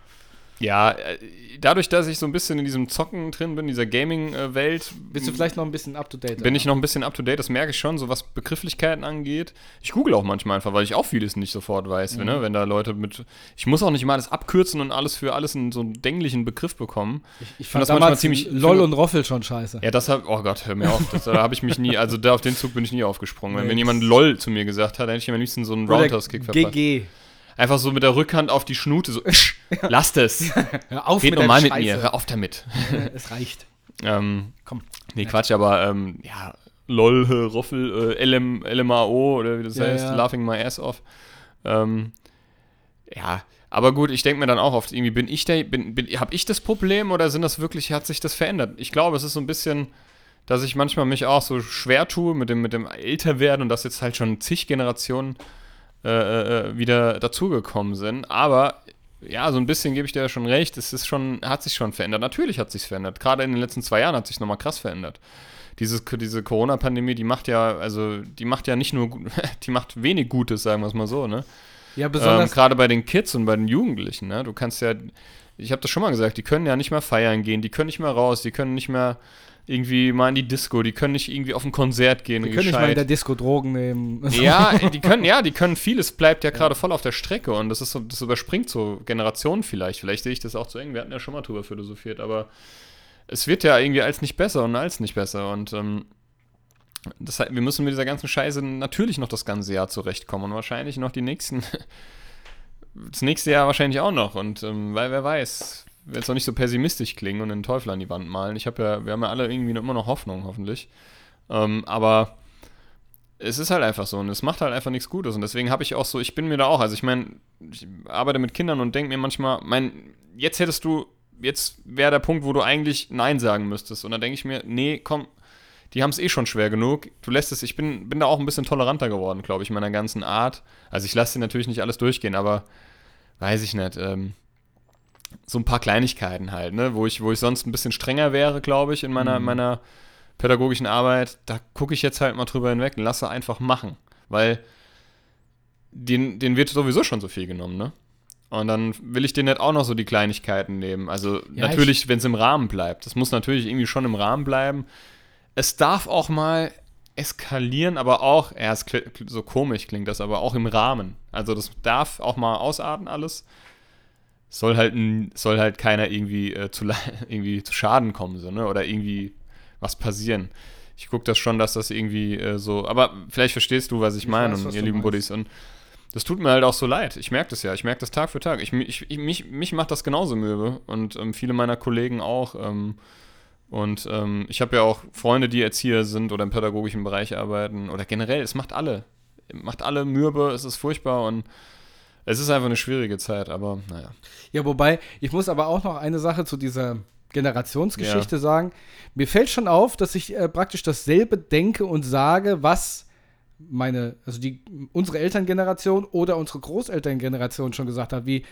S2: ja, äh, dadurch, dass ich so ein bisschen in diesem Zocken drin bin, dieser äh, Gaming-Welt,
S3: Bist du vielleicht noch ein bisschen up to date?
S2: bin ich noch ein bisschen up to date. Das merke ich schon, so was Begrifflichkeiten angeht. Ich google auch manchmal einfach, weil ich auch vieles nicht sofort weiß.
S3: Mhm.
S2: Ne? Wenn da Leute mit. Ich muss auch nicht mal alles abkürzen und alles für alles in so einen dänglichen Begriff bekommen.
S3: Ich
S2: find
S3: fand damals
S2: ziemlich-
S3: LOL und Roffel schon scheiße.
S2: Ja, das hab, oh Gott, hör mir auf. Das, da habe ich mich nie, also da auf den Zug bin ich nie aufgesprungen. Wenn
S3: Nee,
S2: mir
S3: das-
S2: jemand LOL zu mir gesagt hat, hätte ich ihm am liebsten so einen
S3: Oder
S2: Roundhouse-Kick verpasst.
S3: GG.
S2: Einfach so mit der Rückhand auf die Schnute, so, "Isch, lasst es.
S3: Hör auf
S2: Geht
S3: der
S2: normal mit
S3: Scheiße.
S2: mir, hör auf damit.
S3: Es reicht.
S2: Ähm,
S3: Komm.
S2: nee, Quatsch, aber ähm, ja, LOL, äh, Roffel, äh, LM, LMAO oder wie das
S3: Ja,
S2: heißt,
S3: ja.
S2: Laughing My Ass Off. Ähm, ja, aber gut, ich denke mir dann auch oft, irgendwie bin ich der, bin, bin, hab ich das Problem oder sind das wirklich, hat sich das verändert? Ich glaube, es ist so ein bisschen, dass ich manchmal mich auch so schwer tue mit dem, mit dem Älterwerden und dass jetzt halt schon zig Generationen äh, äh, wieder dazugekommen sind. Aber ja, so ein bisschen gebe ich dir ja schon recht, es ist schon, hat sich schon verändert. Natürlich hat sich verändert. Gerade in den letzten zwei Jahren hat sich nochmal krass verändert. Dieses, diese Corona-Pandemie, die macht ja, also die macht ja nicht nur, gut- die macht wenig Gutes, sagen wir es mal so, ne?
S3: Ja,
S2: Ähm,
S3: besonders.
S2: Gerade bei den Kids und bei den Jugendlichen, ne? Du kannst ja, ich habe das schon mal gesagt, die können ja nicht mehr feiern gehen, die können nicht mehr raus, die können nicht mehr irgendwie mal in die Disco, die können nicht irgendwie auf ein Konzert gehen.
S3: wir können nicht mal in der Disco Drogen nehmen.
S2: ja, die können, ja, die können vieles, bleibt ja gerade voll auf der Strecke und das ist so, das überspringt so Generationen vielleicht. Vielleicht sehe ich das auch zu eng. Wir hatten ja schon mal drüber philosophiert, aber es wird ja irgendwie als nicht besser und als nicht besser und ähm, das heißt, wir müssen mit dieser ganzen Scheiße natürlich noch das ganze Jahr zurechtkommen und wahrscheinlich noch die nächsten, das nächste Jahr wahrscheinlich auch noch und ähm, weil wer weiß, ich will jetzt auch nicht so pessimistisch klingen und den Teufel an die Wand malen. Ich habe ja, wir haben ja alle irgendwie noch- immer noch Hoffnung, hoffentlich. Ähm, aber es ist halt einfach so und es macht halt einfach nichts Gutes und deswegen habe ich auch so, ich bin mir da auch, also ich meine, ich arbeite mit Kindern und denke mir manchmal, mein, jetzt hättest du, jetzt wäre der Punkt, wo du eigentlich Nein sagen müsstest und dann denke ich mir, nee, komm, die haben es eh schon schwer genug, du lässt es, ich bin, bin da auch ein bisschen toleranter geworden, glaube ich, meiner ganzen Art, also ich lasse dir natürlich nicht alles durchgehen, aber weiß ich nicht, ähm, so ein paar Kleinigkeiten halt, ne, wo ich, wo ich sonst ein bisschen strenger wäre, glaube ich, in meiner, meiner pädagogischen Arbeit, da gucke ich jetzt halt mal drüber hinweg und lasse einfach machen. Weil den, den wird sowieso schon so viel genommen, ne? Und dann will ich denen nicht auch noch so die Kleinigkeiten nehmen. Also
S3: Ja,
S2: natürlich, wenn es im Rahmen bleibt. Das muss natürlich irgendwie schon im Rahmen bleiben. Es darf auch mal eskalieren, aber auch, ja, es kli- kli- so komisch klingt das, aber auch im Rahmen. Also das darf auch mal ausarten alles. Soll halt, n- soll halt keiner irgendwie, äh, zu, le- irgendwie zu Schaden kommen, so, ne? Oder irgendwie was passieren. Ich gucke das schon, dass das irgendwie äh, so. Aber vielleicht verstehst du, was ich,
S3: Ich
S2: meine,
S3: weiß,
S2: und
S3: was
S2: ihr
S3: du
S2: lieben
S3: meinst.
S2: Buddies. Und das tut mir halt auch so leid. Ich merke das ja. Ich merke das Tag für Tag. Ich, ich, ich, mich, mich macht das genauso mürbe. Und ähm, viele meiner Kollegen auch. Ähm, und ähm, ich habe ja auch Freunde, die Erzieher sind oder im pädagogischen Bereich arbeiten. Oder generell, es macht alle. Macht alle mürbe. Es ist furchtbar. Und es ist einfach eine schwierige Zeit. Aber naja.
S3: Ja, wobei, ich muss aber auch noch eine Sache zu dieser Generationsgeschichte sagen. Mir fällt schon auf, dass ich äh, praktisch dasselbe denke und sage, was meine, also die, unsere Elterngeneration oder unsere Großelterngeneration schon gesagt hat, wie,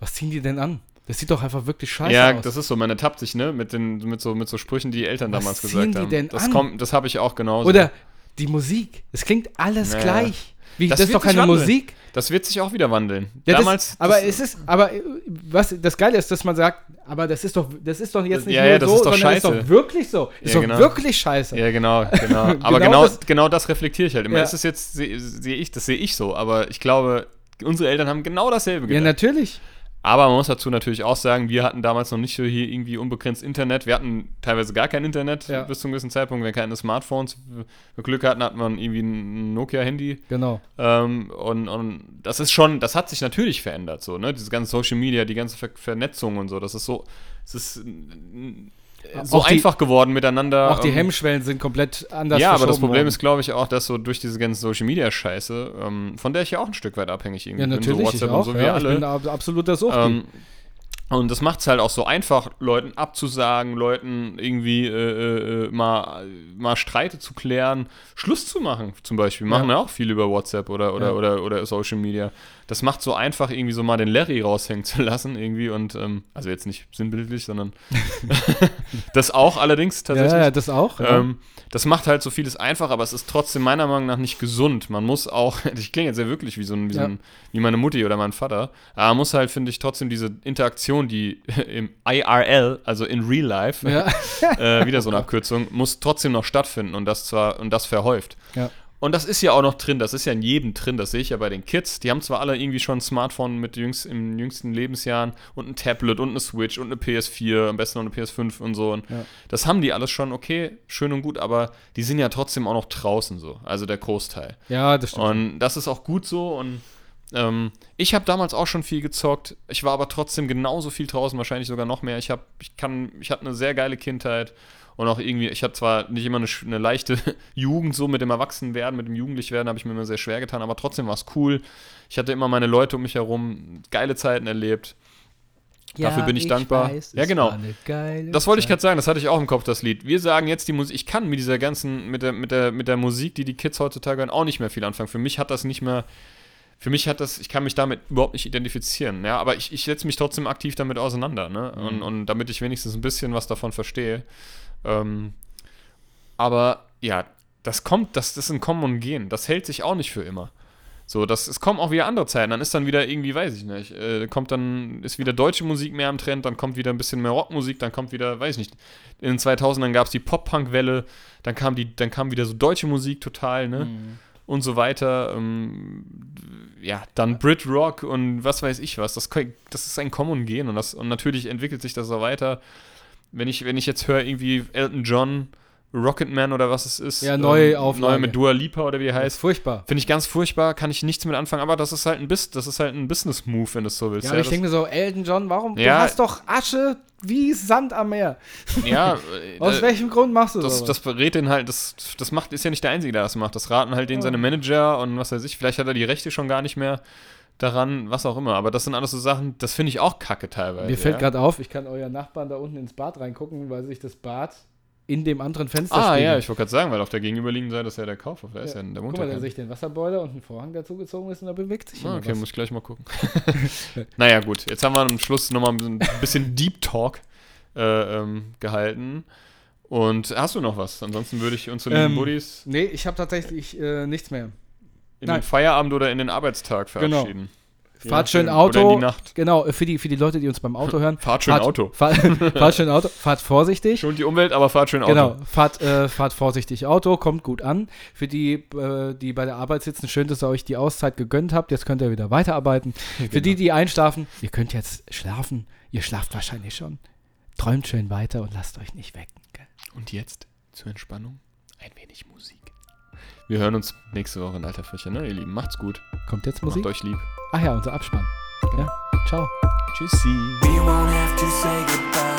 S3: was ziehen die denn an? Das sieht doch einfach wirklich scheiße
S2: ja,
S3: aus.
S2: das ist so. Man ertappt sich, ne? Mit, den, mit, so, mit so Sprüchen, die Eltern
S3: Was
S2: damals
S3: ziehen
S2: gesagt
S3: die
S2: haben.
S3: denn
S2: das
S3: an?
S2: kommt, das habe ich auch genauso.
S3: oder die Musik. Es klingt alles
S2: Naja.
S3: gleich. Wie, das, ist
S2: wird
S3: doch
S2: sich
S3: keine
S2: wandeln.
S3: Musik.
S2: Das wird sich auch wieder wandeln.
S3: Ja,
S2: Damals.
S3: das, aber
S2: das-
S3: es ist, aber äh, was das Geile ist, dass man sagt, aber das ist doch, das ist doch jetzt nicht
S2: Ja,
S3: nur
S2: ja, das
S3: so,
S2: ist doch
S3: sondern
S2: scheiße.
S3: ist doch wirklich so. Ist
S2: Ja,
S3: doch
S2: genau.
S3: wirklich scheiße.
S2: Ja, genau, genau. Aber genau,
S3: Genau
S2: das,
S3: das-
S2: genau das reflektiere ich halt immer.
S3: Ja.
S2: Es ist jetzt, sehe sehe ich, das sehe ich so, aber ich glaube, unsere Eltern haben genau dasselbe
S3: Ja,
S2: gedacht.
S3: natürlich.
S2: aber man muss dazu natürlich auch sagen, wir hatten damals noch nicht so hier irgendwie unbegrenzt Internet. Wir hatten teilweise gar kein Internet
S3: Ja.
S2: bis zu einem gewissen Zeitpunkt. Wir hatten keine Smartphones. Wenn wir Glück hatten, hatten wir irgendwie ein Nokia-Handy.
S3: Genau.
S2: Ähm, und, und das ist schon, das hat sich natürlich verändert, so, ne? Dieses ganze Social Media, die ganze Ver Vernetzung und so, das ist so, es ist n- n- Äh, so
S3: Auch die-
S2: einfach geworden miteinander.
S3: Auch die
S2: ähm,
S3: Hemmschwellen sind komplett anders.
S2: Ja, aber das
S3: verschoben
S2: Problem
S3: worden.
S2: ist, glaube ich, auch, dass so durch diese ganze Social Media Scheiße, ähm, von der ich ja auch ein Stück weit abhängig irgendwie
S3: ja
S2: bin, so
S3: natürlich, ich
S2: WhatsApp
S3: auch.
S2: und so, wir
S3: ja,
S2: alle.
S3: Ich bin ab- absoluter Sucht.
S2: Ähm, und das macht es halt auch so einfach, Leuten abzusagen, Leuten irgendwie äh, äh, mal, mal Streite zu klären, Schluss zu machen, zum Beispiel. Machen ja auch viele über WhatsApp oder, oder,
S3: Ja.
S2: oder, oder Social Media. das macht so einfach, irgendwie so mal den Larry raushängen zu lassen, irgendwie. Und, ähm, also jetzt nicht sinnbildlich, sondern das auch allerdings tatsächlich.
S3: Ja, ja, das auch. ja.
S2: Ähm, das macht halt so vieles einfach, aber es ist trotzdem meiner Meinung nach nicht gesund. Man muss auch, ich klinge jetzt sehr wirklich wie so ein, wie, so
S3: Ja.
S2: ein, wie meine Mutti oder mein Vater, aber man muss halt, finde ich, trotzdem diese Interaktion, die im IRL, also in Real Life,
S3: ja.
S2: äh, wieder so eine Abkürzung, muss trotzdem noch stattfinden und das zwar und das verhäuft.
S3: ja.
S2: Und das ist ja auch noch drin, das ist ja in jedem drin, das sehe ich ja bei den Kids. Die haben zwar alle irgendwie schon ein Smartphone mit jüngst, in jüngsten Lebensjahren und ein Tablet und eine Switch und eine PS4, am besten noch eine PS5 und so. Und
S3: Ja.
S2: Das haben die alles schon, okay, schön und gut, aber die sind ja trotzdem auch noch draußen so, also der Großteil.
S3: ja, das stimmt.
S2: Und das ist auch gut so. Und ähm, ich habe damals auch schon viel gezockt. Ich war aber trotzdem genauso viel draußen, wahrscheinlich sogar noch mehr. Ich habe, ich kann, ich hatte eine sehr geile Kindheit und auch irgendwie, ich habe zwar nicht immer eine, sch- eine leichte Jugend so mit dem Erwachsenwerden, mit dem Jugendlichwerden habe ich mir immer sehr schwer getan, aber trotzdem war es cool. Ich hatte immer meine Leute um mich herum, geile Zeiten erlebt. dafür bin ich dankbar. Ja,
S3: es
S2: genau.
S3: war eine geile
S2: Das wollte ich
S3: Zeit.
S2: gerade sagen, das hatte ich auch im Kopf, das Lied. Wir sagen jetzt die Musik, ich kann mit dieser ganzen, mit der, mit der, mit der Musik, die die Kids heutzutage hören, auch nicht mehr viel anfangen. Für mich hat das nicht mehr, für mich hat das, ich kann mich damit überhaupt nicht identifizieren, ja, aber ich, ich setze mich trotzdem aktiv damit auseinander, ne,
S3: Mhm.
S2: und, und damit ich wenigstens ein bisschen was davon verstehe. Ähm, aber, ja, das kommt, das, das ist ein Kommen und Gehen, das hält sich auch nicht für immer. So, das, es kommen auch wieder andere Zeiten. Dann ist dann wieder irgendwie, weiß ich nicht, äh, kommt dann, ist wieder deutsche Musik mehr am Trend, dann kommt wieder ein bisschen mehr Rockmusik, dann kommt wieder, weiß ich nicht, in den 2000ern gab es die Pop-Punk-Welle, dann kam die, dann kam wieder so deutsche Musik total, ne?
S3: Mhm.
S2: Und so weiter. Ähm, ja, dann Brit Rock und was weiß ich was. Das, kann- das ist ein Kommen und Gehen und, das, und natürlich entwickelt sich das auch weiter. Wenn ich, wenn ich jetzt höre, irgendwie Elton John, Rocketman oder was es ist. ähm,
S3: Ja, neue Auflage.
S2: Neu mit Dua Lipa oder wie die heißt.
S3: Furchtbar.
S2: Finde ich ganz furchtbar, kann ich nichts mit anfangen, aber das ist halt ein, Bis das ist halt ein Business-Move, wenn du es so willst.
S3: Ja, aber ich
S2: das-
S3: denke mir so, Elton John, warum?
S2: Ja.
S3: Du hast doch Asche wie Sand am Meer.
S2: ja äh,
S3: Aus
S2: äh,
S3: welchem Grund machst du
S2: das,
S3: sowas?
S2: das berät den halt, das, das macht, ist ja nicht der Einzige, der das macht. Das raten halt denen seine Manager und was weiß ich. Vielleicht hat er die Rechte schon gar nicht mehr daran, was auch immer. Aber das sind alles so Sachen, das finde ich auch kacke teilweise.
S3: Mir fällt
S2: ja.
S3: gerade auf, ich kann euer Nachbarn da unten ins Bad reingucken, weil sich das Bad in dem anderen Fenster
S2: Ah,
S3: spiegelt.
S2: ja, ich wollte gerade sagen, weil auf der gegenüberliegenden Seite ist ja der Kaufhof. Da ist ja, der
S3: Guck mal, da
S2: Montag.
S3: sehe ich den Wasserboiler und einen Vorhang dazugezogen ist und da bewegt sich
S2: Ah,
S3: immer
S2: okay,
S3: was.
S2: muss ich gleich mal gucken. naja, gut. Jetzt haben wir am Schluss nochmal ein bisschen- bisschen Deep Talk äh, ähm, gehalten. Und hast du noch was? Ansonsten würde ich unsere lieben
S3: Ähm,
S2: Buddies
S3: Nee, ich habe tatsächlich äh, nichts mehr.
S2: in
S3: nein.
S2: den Feierabend oder in den Arbeitstag
S3: Genau.
S2: verabschieden. Je
S3: Fahrt schön
S2: nachdem. Oder in die
S3: Auto.
S2: Nacht.
S3: Genau, äh, für die, für die Leute, die uns beim Auto hören.
S2: Fahrt schön Auto.
S3: Fahr, fahrt schön Auto. Fahrt vorsichtig.
S2: Schont die Umwelt, aber fahrt schön Auto.
S3: Genau, fahrt, äh, fahrt vorsichtig Auto, kommt gut an. Für die, äh, die bei der Arbeit sitzen, schön, dass ihr euch die Auszeit gegönnt habt. Jetzt könnt ihr wieder weiterarbeiten. Für
S2: Genau.
S3: die, die einschlafen, ihr könnt jetzt schlafen. Ihr schlaft wahrscheinlich schon. Träumt schön weiter und lasst euch nicht wecken. gell?
S2: Und jetzt zur Entspannung ein wenig Musik. Wir hören uns nächste Woche in alter Frische, ne, ihr Lieben? Macht's gut.
S3: Kommt jetzt Musik?
S2: Macht euch Genau. lieb.
S3: Ach ja, unser Abspann. Ja, ciao.
S2: Tschüssi.
S1: We won't have to say goodbye. Mm,